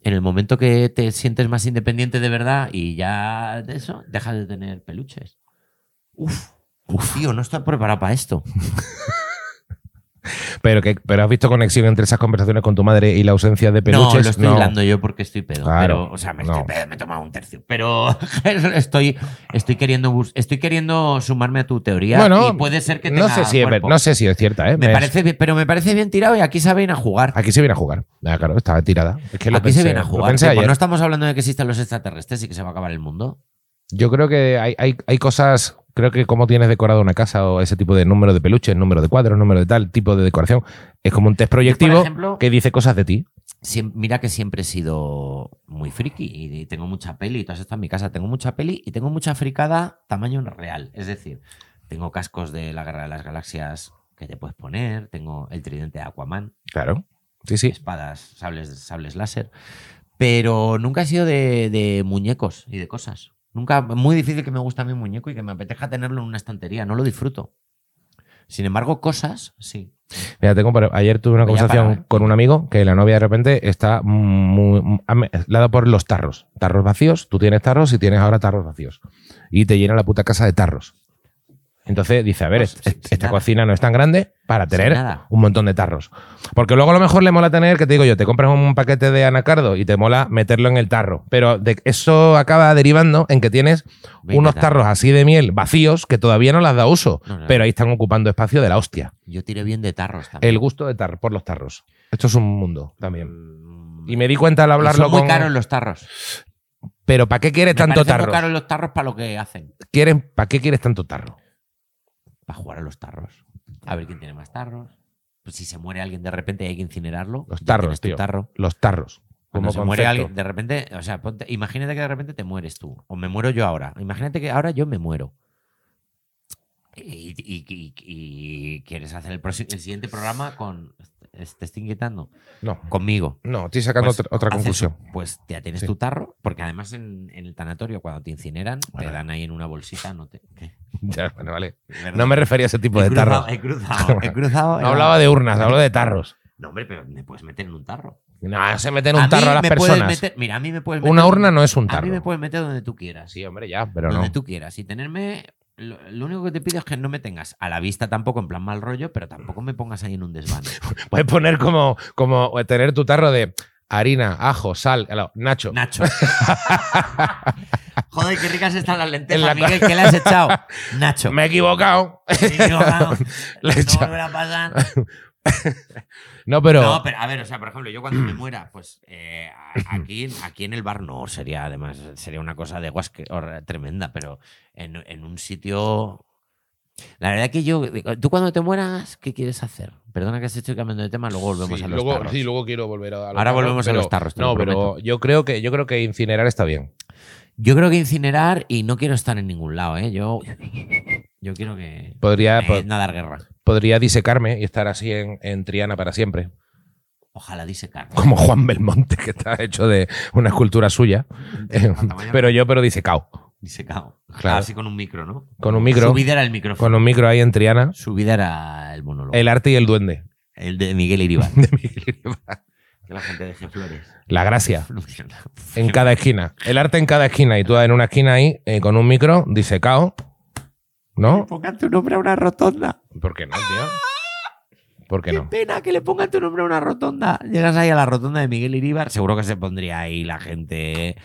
Speaker 2: en el momento que te sientes más independiente de verdad y ya de eso, dejas de tener peluches. Uf, uf tío, no estoy preparado para esto.
Speaker 1: Pero, que, pero has visto conexión entre esas conversaciones con tu madre y la ausencia de peluches.
Speaker 2: No, lo estoy hilando yo porque estoy pedo.
Speaker 1: Claro,
Speaker 2: pero, o sea, me,
Speaker 1: no.
Speaker 2: estoy pedo, me he tomado un tercio. Pero (laughs) estoy, estoy, queriendo bus- estoy queriendo sumarme a tu teoría.
Speaker 1: Bueno,
Speaker 2: y puede ser que
Speaker 1: no
Speaker 2: tenga
Speaker 1: sé si es, ver-
Speaker 2: cuerpo.
Speaker 1: no sé si es cierta, ¿eh?
Speaker 2: me
Speaker 1: Es-
Speaker 2: parece bien, pero me parece bien tirado y aquí se viene a jugar.
Speaker 1: Aquí se viene a jugar. Ah, claro, estaba tirada. Es que lo
Speaker 2: Aquí se
Speaker 1: pensé-
Speaker 2: viene a
Speaker 1: lo
Speaker 2: jugar.
Speaker 1: pensé
Speaker 2: tío,
Speaker 1: ayer.
Speaker 2: pues no estamos hablando de que existan los extraterrestres y que se va a acabar el mundo.
Speaker 1: Yo creo que hay, hay- hay cosas, creo que cómo tienes decorado una casa o ese tipo de número de peluches, número de cuadros, número de tal tipo de decoración, es como un test proyectivo
Speaker 2: ejemplo-
Speaker 1: que dice cosas de ti.
Speaker 2: Siem- mira que siempre he sido muy friki y, y tengo mucha peli, y todo esto en mi casa, tengo mucha peli y tengo mucha fricada tamaño real. Es decir, tengo cascos de la Guerra de las Galaxias que te puedes poner, tengo el tridente de Aquaman,
Speaker 1: Claro. Sí, sí.
Speaker 2: espadas, sables, sables láser, pero nunca he sido de, de muñecos y de cosas. Nunca, muy difícil que me gusta mi muñeco y que me apetezca tenerlo en una estantería, no lo disfruto. Sin embargo, cosas, sí.
Speaker 1: Mira, te comparo. Ayer tuve una
Speaker 2: Voy a
Speaker 1: conversación
Speaker 2: parar.
Speaker 1: con un amigo que la novia de repente está muy, muy- ha me- le ha dado por los tarros. Tarros vacíos, tú tienes tarros y tienes ahora tarros vacíos. Y te llena la puta casa de tarros. Entonces dice, a ver,
Speaker 2: No,
Speaker 1: est-
Speaker 2: Pues, sin-
Speaker 1: est-
Speaker 2: sin
Speaker 1: esta
Speaker 2: nada.
Speaker 1: cocina no es tan grande para
Speaker 2: Sin
Speaker 1: tener
Speaker 2: nada.
Speaker 1: un montón de tarros. Porque luego a lo mejor le mola tener, que te digo yo, te compras un paquete de anacardo y te mola meterlo en el tarro. Pero de- eso acaba derivando en que tienes
Speaker 2: Veinte
Speaker 1: unos
Speaker 2: tarros.
Speaker 1: tarros así de miel vacíos que todavía no las da uso.
Speaker 2: No, no.
Speaker 1: Pero ahí están ocupando espacio de la hostia.
Speaker 2: Yo tiré bien de tarros también.
Speaker 1: El gusto de tar por los tarros. Esto es un mundo también.
Speaker 2: Mm,
Speaker 1: Y me di cuenta al hablarlo
Speaker 2: son muy
Speaker 1: con-
Speaker 2: caros los tarros.
Speaker 1: Pero ¿para qué quieres
Speaker 2: Me
Speaker 1: tanto
Speaker 2: parecen muy
Speaker 1: tarro?
Speaker 2: caros los tarros para lo que hacen.
Speaker 1: ¿Quieren- ¿Para qué quieres tanto tarro?
Speaker 2: Para jugar a los tarros. A ver quién tiene más tarros. Pues si se muere alguien de repente y hay que incinerarlo.
Speaker 1: Los
Speaker 2: ya
Speaker 1: tarros,
Speaker 2: tienes tu
Speaker 1: tío.
Speaker 2: tarro.
Speaker 1: Los tarros. Como
Speaker 2: Cuando se muere
Speaker 1: concepto.
Speaker 2: alguien de repente, o sea, ponte- imagínate que de repente te mueres tú. O me muero yo ahora. Imagínate que ahora yo me muero. Y, y- y- y quieres hacer el, próximo- el siguiente programa con. Te estoy inquietando.
Speaker 1: No,
Speaker 2: Conmigo.
Speaker 1: no, estoy sacando
Speaker 2: Pues,
Speaker 1: otra, otra
Speaker 2: haces-
Speaker 1: conclusión. (laughs)
Speaker 2: Pues ya tienes
Speaker 1: Sí.
Speaker 2: tu tarro, porque además en, en el tanatorio, cuando te incineran,
Speaker 1: Bueno.
Speaker 2: te dan ahí en una bolsita. No te, ¿qué?
Speaker 1: Ya, bueno, vale.
Speaker 2: Perdón. eh.
Speaker 1: No me refería a ese tipo
Speaker 2: He
Speaker 1: de
Speaker 2: cruzado-
Speaker 1: tarros.
Speaker 2: He
Speaker 1: (laughs)
Speaker 2: cruzado. He cruzado
Speaker 1: No hablaba de urnas, hablaba de tarros.
Speaker 2: No, hombre, pero me puedes meter en un tarro.
Speaker 1: No, se meten un
Speaker 2: mí
Speaker 1: tarro a las
Speaker 2: me puedes
Speaker 1: personas.
Speaker 2: meter- mira, a mí me puedes meter.
Speaker 1: Una
Speaker 2: donde-
Speaker 1: urna no es un tarro.
Speaker 2: A mí me puedes meter donde tú quieras.
Speaker 1: Sí, hombre, ya, pero
Speaker 2: donde
Speaker 1: no.
Speaker 2: tú quieras. Y tenerme. Lo, lo único que te pido es que no me tengas a la vista tampoco, en
Speaker 1: (laughs)
Speaker 2: plan mal rollo, pero tampoco me pongas ahí en un desván.
Speaker 1: Puedes poner como, como eh, tener tu tarro de harina, ajo, sal, eh, no, nacho. (laughs)
Speaker 2: Nacho. Joder, qué ricas están las lentejas,
Speaker 1: En la-
Speaker 2: Miguel. ¿Qué le
Speaker 1: (laughs)
Speaker 2: has echado? Nacho.
Speaker 1: Me he equivocado.
Speaker 2: Sí,
Speaker 1: (laughs)
Speaker 2: digo, vamos,
Speaker 1: Le
Speaker 2: no
Speaker 1: echa-
Speaker 2: volverá a pasar.
Speaker 1: No, pero,
Speaker 2: No, pero a ver, o sea, por ejemplo,
Speaker 1: (clears throat)
Speaker 2: yo cuando me muera, pues eh, a- aquí, aquí en el bar no, sería además, sería una cosa de guasque or- tremenda, pero en, en un sitio. La verdad que yo. Tú cuando te mueras, ¿qué quieres hacer? Perdona que has hecho cambiando de tema, luego volvemos
Speaker 1: sí,
Speaker 2: a los
Speaker 1: luego,
Speaker 2: tarros.
Speaker 1: sí, luego quiero volver a a los
Speaker 2: Ahora volvemos a
Speaker 1: pero-
Speaker 2: los tarros, te
Speaker 1: No,
Speaker 2: lo
Speaker 1: pero
Speaker 2: prometo.
Speaker 1: yo creo que yo creo que incinerar está bien.
Speaker 2: Yo creo que incinerar y no quiero estar en ningún lado, ¿eh? Yo, yo quiero que.
Speaker 1: Podría, po-
Speaker 2: eh, no dar guerra.
Speaker 1: podría disecarme y estar así en, en Triana para siempre. (laughs)
Speaker 2: Ojalá disecar.
Speaker 1: Como Juan Belmonte, que está hecho de una escultura suya. (laughs) (laughs) Eh, pero yo, pero disecado.
Speaker 2: Disecado.
Speaker 1: Claro.
Speaker 2: Así con un micro, ¿no?
Speaker 1: Con un micro.
Speaker 2: Su vida era el micrófono.
Speaker 1: Con un micro ahí en Triana.
Speaker 2: Su vida era el monólogo.
Speaker 1: El arte y el duende.
Speaker 2: El de Miguel
Speaker 1: (laughs)
Speaker 2: Iribar.
Speaker 1: de Miguel Iribar.
Speaker 2: Que la gente deje flores.
Speaker 1: La gracia. En cada esquina. El arte en cada esquina. Y tú en una esquina ahí, eh, con un micro, disecado. ¿No?
Speaker 2: Pongan tu nombre a una rotonda.
Speaker 1: ¿Por qué no, tío? ¿Por qué
Speaker 2: Qué
Speaker 1: no?
Speaker 2: pena que le pongan tu nombre a una rotonda. Llegas ahí a la rotonda de Miguel Iribar. Seguro que se pondría ahí la gente eh,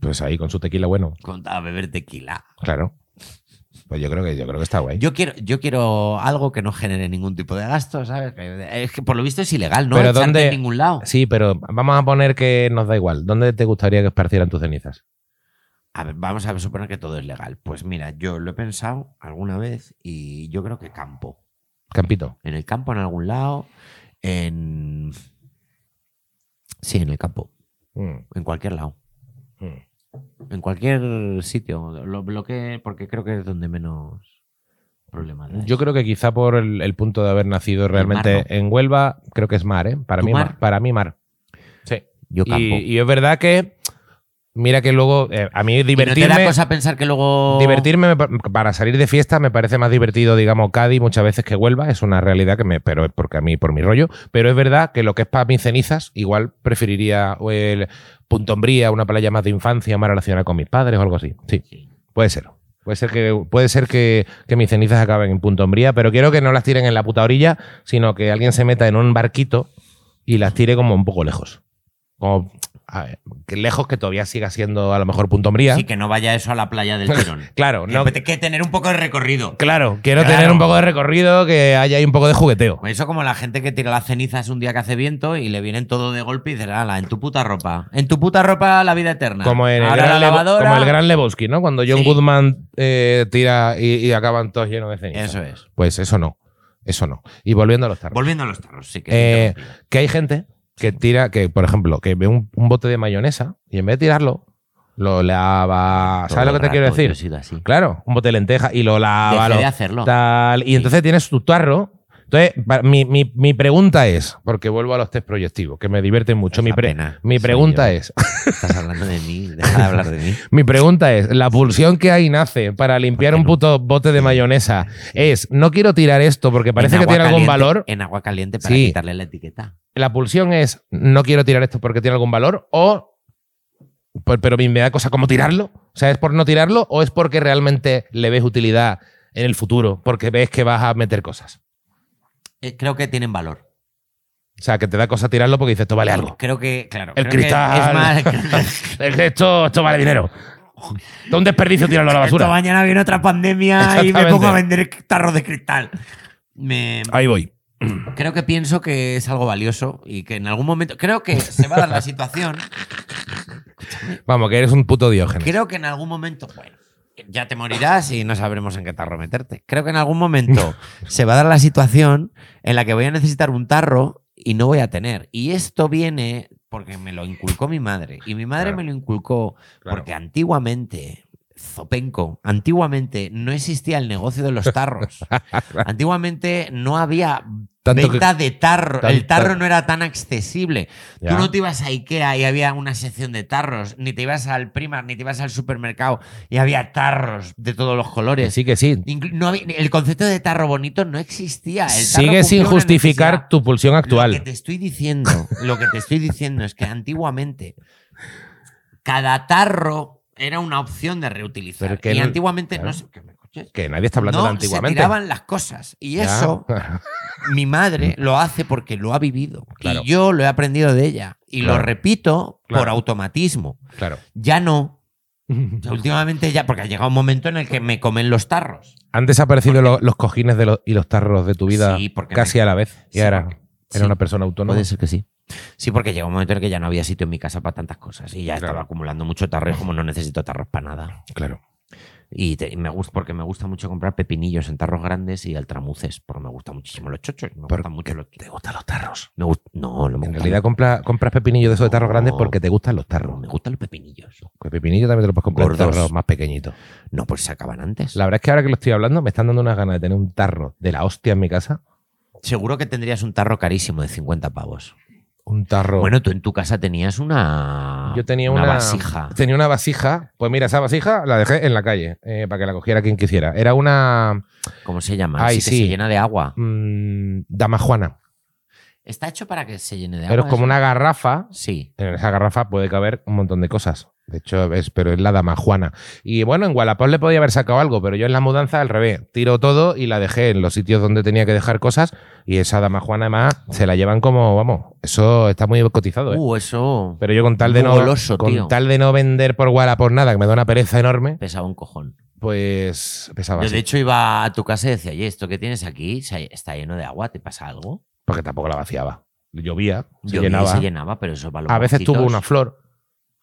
Speaker 1: Pues ahí con su tequila bueno.
Speaker 2: con- a beber tequila.
Speaker 1: Claro. Pues yo creo que yo creo que está guay.
Speaker 2: Yo quiero, yo quiero algo que no genere ningún tipo de gasto, ¿sabes? Que- Es que por lo visto es ilegal, ¿no?
Speaker 1: Pero
Speaker 2: Echarte
Speaker 1: ¿dónde-
Speaker 2: en ningún lado.
Speaker 1: Sí, pero vamos a poner que nos da igual. ¿Dónde te gustaría que esparcieran tus cenizas?
Speaker 2: A ver, vamos a suponer que todo es legal. Pues mira, yo lo he pensado alguna vez y yo creo que campo.
Speaker 1: Campito.
Speaker 2: En el campo, en algún lado. En. Sí, en el campo.
Speaker 1: Mm,
Speaker 2: En cualquier lado.
Speaker 1: mm.
Speaker 2: En cualquier sitio. Lo bloqueé porque creo que es donde menos problemas hay.
Speaker 1: Yo creo que quizá por el, el punto de haber nacido realmente
Speaker 2: mar,
Speaker 1: en Huelva, creo que es mar, ¿eh? Para
Speaker 2: ¿Tu
Speaker 1: mí
Speaker 2: mar?
Speaker 1: mar. Para mí mar. Sí.
Speaker 2: Yo campo.
Speaker 1: Y,
Speaker 2: Y,
Speaker 1: y es verdad que mira que luego eh, a mí
Speaker 2: no te da
Speaker 1: divertirme
Speaker 2: cosa pensar que luego.
Speaker 1: Divertirme me pa- para salir de fiesta me parece más divertido, digamos, Cádiz muchas veces que Huelva. Es una realidad que me. Pero es porque a mí, por mi rollo. Pero es verdad que lo que es para mis cenizas, igual preferiría o el Punto Umbría, una playa más de infancia, más relacionada con mis padres o algo así. Sí,
Speaker 2: Sí.
Speaker 1: puede ser. Puede ser que, puede ser que, que mis cenizas acaben en Punto Umbría, pero quiero que no las tiren en la puta orilla, sino que alguien se meta en un barquito y las tire como un poco lejos. Como. a ver, que lejos que todavía siga siendo a lo mejor Punto Umbría.
Speaker 2: Sí, que no vaya eso a la playa del tirón.
Speaker 1: Claro, (laughs) no,
Speaker 2: Que te- que tener un poco de recorrido.
Speaker 1: Claro, quiero
Speaker 2: Claro.
Speaker 1: tener un poco de recorrido, que haya ahí un poco de jugueteo.
Speaker 2: Eso como la gente que tira las cenizas un día que hace viento y le vienen todo de golpe y dicen, ala, en tu puta ropa. En tu puta ropa la vida eterna.
Speaker 1: Como, en el
Speaker 2: Ahora
Speaker 1: gran
Speaker 2: la
Speaker 1: Levo-
Speaker 2: lavadora.
Speaker 1: como el gran Lebowski, ¿no? Cuando John
Speaker 2: Sí.
Speaker 1: Goodman eh, tira y, y acaban todos llenos de ceniza.
Speaker 2: Eso es.
Speaker 1: Pues eso no, eso no. Y volviendo a los tarros.
Speaker 2: Volviendo a los tarros, sí que.
Speaker 1: Eh,
Speaker 2: te interrumpí.
Speaker 1: que hay gente que tira, que por ejemplo, que ve un, un bote de mayonesa y en vez de tirarlo, lo lava.
Speaker 2: Todo
Speaker 1: ¿Sabes lo que te
Speaker 2: el
Speaker 1: quiero
Speaker 2: rato
Speaker 1: decir? Ah,
Speaker 2: Yo he sido así.
Speaker 1: Claro, un bote de lenteja y lo lava.
Speaker 2: Dejé
Speaker 1: lo-
Speaker 2: de hacerlo.
Speaker 1: tal, y entonces tienes tu tarro. Entonces, pa- mi, mi- mi pregunta es, porque vuelvo a los test proyectivos, que me divierten mucho.
Speaker 2: Esa
Speaker 1: Mi, pre-
Speaker 2: pena,
Speaker 1: mi
Speaker 2: soy
Speaker 1: pregunta
Speaker 2: yo.
Speaker 1: es, (laughs)
Speaker 2: Estás hablando de mí. Deja de hablar de mí.
Speaker 1: mi pregunta es, la pulsión que ahí nace para limpiar
Speaker 2: ¿Por qué
Speaker 1: un
Speaker 2: no?
Speaker 1: puto bote de mayonesa es, no quiero tirar esto porque (laughs) parece
Speaker 2: En
Speaker 1: que
Speaker 2: agua
Speaker 1: tiene algún
Speaker 2: caliente-
Speaker 1: valor.
Speaker 2: En agua caliente para
Speaker 1: Sí.
Speaker 2: quitarle la etiqueta.
Speaker 1: La pulsión es, no quiero tirar esto porque tiene algún valor o, pues, pero me da cosa como tirarlo. O sea, ¿es por no tirarlo o es porque realmente le ves utilidad en el futuro? Porque ves que vas a meter cosas.
Speaker 2: Eh, creo que tienen valor.
Speaker 1: O sea, que te da cosa tirarlo porque dices, esto vale algo.
Speaker 2: Creo que, claro.
Speaker 1: El
Speaker 2: creo
Speaker 1: (laughs)
Speaker 2: que (laughs)
Speaker 1: cristal.
Speaker 2: es más.
Speaker 1: Es que esto, esto vale dinero. Esto es un desperdicio tirarlo a la
Speaker 2: Esta
Speaker 1: basura.
Speaker 2: mañana viene otra pandemia y me
Speaker 1: Exactamente.
Speaker 2: pongo a vender tarros de cristal. Me,
Speaker 1: Ahí voy. Ah.
Speaker 2: Creo que pienso que es algo valioso y que en algún momento. Creo que se va a
Speaker 1: (laughs)
Speaker 2: dar la situación.
Speaker 1: Vamos, que eres un puto diógenes.
Speaker 2: Creo que en algún momento. Bueno, ya te morirás y no sabremos en qué tarro meterte. Creo que en
Speaker 1: (laughs)
Speaker 2: algún momento se va a dar la situación en la que voy a necesitar un tarro y no voy a tener. Y esto viene porque me lo inculcó mi madre. Y mi madre
Speaker 1: Claro.
Speaker 2: me lo inculcó
Speaker 1: Claro.
Speaker 2: porque antiguamente. Zopenco. Antiguamente no existía el negocio de los
Speaker 1: (laughs)
Speaker 2: tarros. Antiguamente no había
Speaker 1: Tanto que-
Speaker 2: venta de tarro.
Speaker 1: tan-
Speaker 2: el tarro
Speaker 1: tan-
Speaker 2: no era tan accesible.
Speaker 1: Ya.
Speaker 2: Tú no te ibas a Ikea y había una sección de tarros, ni te ibas al Primark, ni te ibas al supermercado y había tarros de todos los
Speaker 1: Que
Speaker 2: colores.
Speaker 1: sí, que sí.
Speaker 2: Inclu- no había- el concepto de tarro bonito no existía. El tarro
Speaker 1: Sigue sin
Speaker 2: cumplía una
Speaker 1: justificar
Speaker 2: necesidad.
Speaker 1: tu pulsión
Speaker 2: Lo que
Speaker 1: actual.
Speaker 2: te estoy diciendo, lo que te estoy diciendo es que antiguamente cada tarro era una opción de reutilizar.
Speaker 1: Pero que
Speaker 2: y
Speaker 1: no-
Speaker 2: antiguamente
Speaker 1: claro.
Speaker 2: no sé qué me-
Speaker 1: Que nadie está hablando
Speaker 2: no
Speaker 1: de antiguamente.
Speaker 2: se tiraban las cosas. Y
Speaker 1: Ya.
Speaker 2: eso, mi madre lo hace porque lo ha vivido.
Speaker 1: Claro.
Speaker 2: Y yo lo he aprendido de ella. Y lo
Speaker 1: Claro.
Speaker 2: repito por
Speaker 1: Claro.
Speaker 2: automatismo.
Speaker 1: (laughs) claro.
Speaker 2: Ya no. O sea, últimamente ya, porque ha llegado un momento en el que me comen los tarros.
Speaker 1: Han desaparecido lo- los cojines de los- y los tarros de tu vida
Speaker 2: Sí, porque
Speaker 1: casi
Speaker 2: me-
Speaker 1: a la vez. Y
Speaker 2: Sí,
Speaker 1: ahora
Speaker 2: porque-
Speaker 1: era
Speaker 2: sí.
Speaker 1: una persona autónoma.
Speaker 2: Puede ser que sí. Sí, porque llegó un momento en el que ya no había sitio en mi casa para tantas cosas y ya
Speaker 1: Claro.
Speaker 2: estaba acumulando mucho tarro y como no necesito tarros para nada.
Speaker 1: Claro.
Speaker 2: Y, te- y me gusta porque me gusta mucho comprar pepinillos en tarros grandes y altramuces, porque me gustan muchísimo los chochos. Me
Speaker 1: ¿Por
Speaker 2: gustan mucho los
Speaker 1: ¿Te gustan los tarros?
Speaker 2: me gust- No, no me
Speaker 1: En
Speaker 2: gustan
Speaker 1: realidad compra- compras pepinillos de esos de tarros
Speaker 2: No.
Speaker 1: grandes porque te gustan los
Speaker 2: los tarros,
Speaker 1: tarros.
Speaker 2: me gustan los pepinillos.
Speaker 1: El pepinillo también te lo puedes comprar en
Speaker 2: Gordos.
Speaker 1: tarros más pequeñitos.
Speaker 2: No, pues se acaban antes.
Speaker 1: La verdad es que ahora que lo estoy hablando me están dando unas ganas de tener un tarro de la hostia en mi casa.
Speaker 2: Seguro que tendrías un tarro carísimo de 50 pavos.
Speaker 1: Un tarro.
Speaker 2: Bueno, tú en tu casa tenías una.
Speaker 1: yo tenía una,
Speaker 2: vasija.
Speaker 1: Tenía una vasija. Pues mira, esa vasija la dejé en la calle eh, para que la cogiera quien quisiera. Era una
Speaker 2: ¿Cómo se llama?
Speaker 1: Ay,
Speaker 2: Así que
Speaker 1: sí.
Speaker 2: se llena de agua.
Speaker 1: mm, damajuana.
Speaker 2: Está hecho para que se llene de agua.
Speaker 1: Pero es como
Speaker 2: eso?
Speaker 1: una garrafa.
Speaker 2: Sí.
Speaker 1: En esa garrafa puede caber un montón de cosas. De hecho, es, pero es la damajuana. Y bueno, en Guadalajara le podía haber sacado algo, pero yo en la mudanza al revés. Tiro todo y la dejé en los sitios donde tenía que dejar cosas. Y esa damajuana, además, se la llevan como, vamos, eso está muy cotizado. ¿eh?
Speaker 2: Uh, eso
Speaker 1: Pero yo con tal de no
Speaker 2: Goloso,
Speaker 1: con
Speaker 2: tío.
Speaker 1: tal de no vender por Wallapop por nada, que me da una pereza enorme,
Speaker 2: pesaba un cojón.
Speaker 1: pues pesaba
Speaker 2: Yo,
Speaker 1: así.
Speaker 2: de hecho, iba a tu casa y decía, oye, esto que tienes aquí se- está lleno de agua, ¿te pasa algo?
Speaker 1: porque tampoco la vaciaba. Llovía, se
Speaker 2: Yo vi que
Speaker 1: llenaba.
Speaker 2: se llenaba, pero eso va
Speaker 1: a veces tuvo una flor.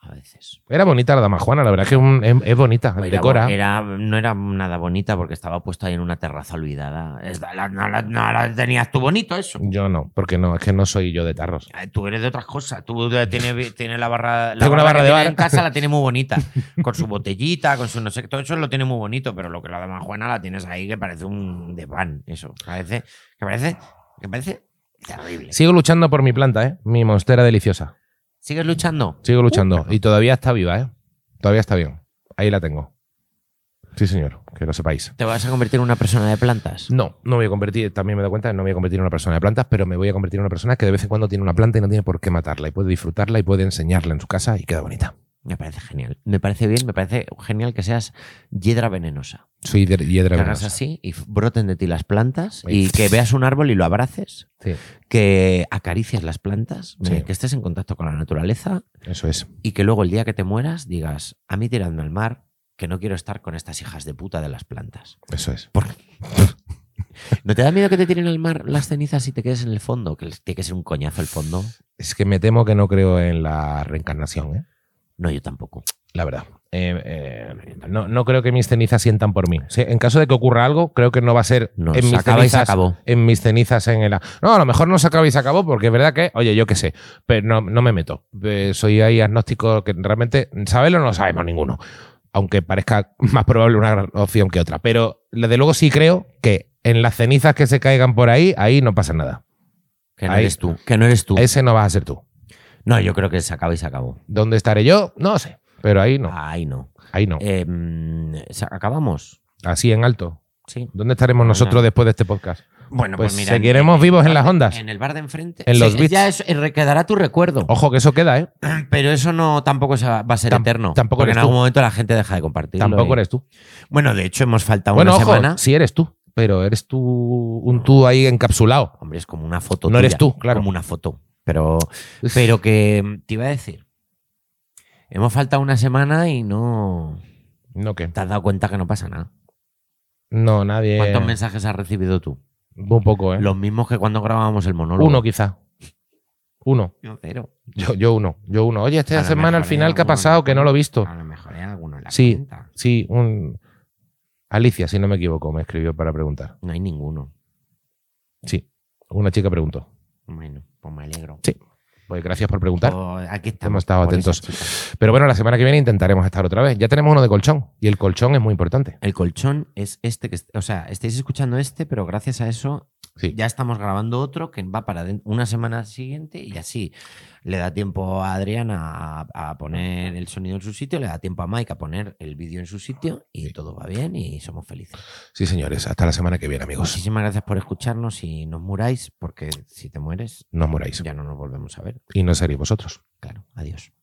Speaker 2: A veces.
Speaker 1: Era bonita la dama Juana, la verdad es que es un- em, es, es bonita,
Speaker 2: Pues Era-
Speaker 1: decora.
Speaker 2: era- no era nada bonita porque estaba puesta ahí en una terraza olvidada. Es- la- No la, no la tenías tú bonito eso.
Speaker 1: Yo no, porque no, es que no soy yo de tarros.
Speaker 2: Eh, Tú eres de otras cosas. Tú de- tienes, tienes la barra. La
Speaker 1: Tengo una barra
Speaker 2: que
Speaker 1: de
Speaker 2: tiene
Speaker 1: bar.
Speaker 2: En casa la tiene
Speaker 1: (laughs)
Speaker 2: muy bonita. Con su botellita, con su no sé qué. Todo eso lo tiene muy bonito. Pero lo que la dama Juana la tienes ahí que parece un de pan. Eso. Parece. Que parece. Que parece terrible.
Speaker 1: Sigo luchando por mi planta, ¿eh? Mi monstera deliciosa.
Speaker 2: ¿Sigues luchando?
Speaker 1: Sigo luchando.
Speaker 2: Uh.
Speaker 1: y todavía está viva, ¿eh? Todavía está bien. Ahí la tengo. Sí, señor, que lo sepáis.
Speaker 2: ¿Te vas a convertir en una persona de plantas?
Speaker 1: No, no voy a convertir, también me doy cuenta, no voy a convertir en una persona de plantas, pero me voy a convertir en una persona que de vez en cuando tiene una planta y no tiene por qué matarla y puede disfrutarla y puede enseñarla en su casa y queda bonita.
Speaker 2: Me parece genial. Me parece bien. Me parece genial que seas hiedra venenosa.
Speaker 1: Soy de hiedra
Speaker 2: Que hagas
Speaker 1: venenosa.
Speaker 2: así y broten de ti las plantas.
Speaker 1: Y-
Speaker 2: Y que veas un árbol y lo abraces.
Speaker 1: Sí,
Speaker 2: Que acaricias las plantas.
Speaker 1: Sí.
Speaker 2: Que estés en contacto con la naturaleza.
Speaker 1: eso es.
Speaker 2: y que luego el día que te mueras digas, a mí tiradme al mar, que no quiero estar con estas hijas de puta de las plantas.
Speaker 1: Eso es.
Speaker 2: (laughs) ¿No te da miedo que te tiren al mar las cenizas y te quedes en el fondo? Que tiene que ser un coñazo el fondo.
Speaker 1: Es que me temo que no creo en la reencarnación, ¿eh?
Speaker 2: No, yo tampoco.
Speaker 1: La verdad. Eh, eh, no, no creo que mis cenizas sientan por mí. Sí, en caso de que ocurra algo, creo que no va a ser
Speaker 2: No,
Speaker 1: en,
Speaker 2: se
Speaker 1: mis
Speaker 2: acaba y se
Speaker 1: cenizas,
Speaker 2: acabó.
Speaker 1: en mis cenizas en el... a- No, a lo mejor no se acaba y se acabó, porque es verdad que, oye, yo qué sé, pero no, no me meto. Eh, soy ahí agnóstico que realmente, saberlo no lo sabemos ninguno, aunque parezca (laughs) más probable una opción que otra. Pero desde luego sí creo que en las cenizas que se caigan por ahí, ahí no pasa nada.
Speaker 2: Que no
Speaker 1: Ahí.
Speaker 2: eres tú. Que no eres tú.
Speaker 1: Ese no vas a ser tú.
Speaker 2: No, yo creo que se acaba y se acabó.
Speaker 1: ¿Dónde estaré yo? No sé. Pero ahí no,
Speaker 2: Ay, no.
Speaker 1: ahí no.
Speaker 2: Ah, Eh, mm, ¿se- acabamos.
Speaker 1: Así en alto.
Speaker 2: Sí.
Speaker 1: ¿Dónde estaremos
Speaker 2: Bueno.
Speaker 1: nosotros después de este podcast?
Speaker 2: Bueno,
Speaker 1: Pues seguiremos vivos en
Speaker 2: el bar
Speaker 1: las
Speaker 2: de-
Speaker 1: ondas.
Speaker 2: En el bar de enfrente.
Speaker 1: En los beats.
Speaker 2: Ya es- eh, quedará tu recuerdo.
Speaker 1: Ojo que eso queda, ¿eh?
Speaker 2: Pero eso no tampoco se va va a ser
Speaker 1: Tam-
Speaker 2: eterno.
Speaker 1: tampoco
Speaker 2: porque
Speaker 1: eres
Speaker 2: en
Speaker 1: tú.
Speaker 2: algún momento la gente deja de compartirlo.
Speaker 1: Tampoco
Speaker 2: y-
Speaker 1: eres tú.
Speaker 2: Bueno, de hecho, hemos faltado
Speaker 1: Bueno,
Speaker 2: una
Speaker 1: ojo,
Speaker 2: semana.
Speaker 1: sí eres tú, pero eres tú un tú ahí encapsulado.
Speaker 2: Hombre, es como una foto.
Speaker 1: No eres
Speaker 2: tuya,
Speaker 1: tú, claro.
Speaker 2: Como una foto. Pero, pero que mm, te iba a decir. Hemos faltado una semana y no.
Speaker 1: No, que
Speaker 2: Te has dado cuenta que no pasa nada.
Speaker 1: no, nadie.
Speaker 2: ¿Cuántos mensajes has recibido tú?
Speaker 1: Un poco, ¿eh?
Speaker 2: Los mismos que cuando grabábamos el monólogo.
Speaker 1: Uno quizá. Uno.
Speaker 2: No, cero.
Speaker 1: Yo, yo uno. Yo uno. Oye,
Speaker 2: A
Speaker 1: esta
Speaker 2: lo
Speaker 1: semana al
Speaker 2: mejor hay
Speaker 1: final, ¿qué ha
Speaker 2: alguno en
Speaker 1: pasado?
Speaker 2: la
Speaker 1: Que no lo he visto.
Speaker 2: cuenta. A lo mejor hay alguno en la
Speaker 1: Sí.
Speaker 2: cuenta.
Speaker 1: Sí, un. Alicia, si no me equivoco, me escribió para preguntar.
Speaker 2: No hay ninguno.
Speaker 1: Sí, una chica preguntó.
Speaker 2: Bueno, pues me alegro.
Speaker 1: Pues gracias por preguntar.
Speaker 2: Pues aquí estamos.
Speaker 1: Hemos estado
Speaker 2: por
Speaker 1: atentos.
Speaker 2: esa chica.
Speaker 1: Pero bueno, la semana que viene intentaremos estar otra vez. Ya tenemos uno de colchón y el colchón es muy importante.
Speaker 2: El colchón es este que, est- o sea, estáis escuchando este, pero gracias a eso
Speaker 1: Sí.
Speaker 2: ya estamos grabando otro que va para den- una semana siguiente y así le da tiempo a Adriana a, a poner el sonido en su sitio, le da tiempo a Mike a poner el vídeo en su sitio y todo va bien y somos felices.
Speaker 1: Sí, señores. Hasta la semana que viene, amigos.
Speaker 2: Muchísimas gracias por escucharnos y nos muráis porque si te mueres
Speaker 1: No os moráis.
Speaker 2: ya no nos volvemos a ver.
Speaker 1: Y no seréis vosotros.
Speaker 2: Claro, adiós.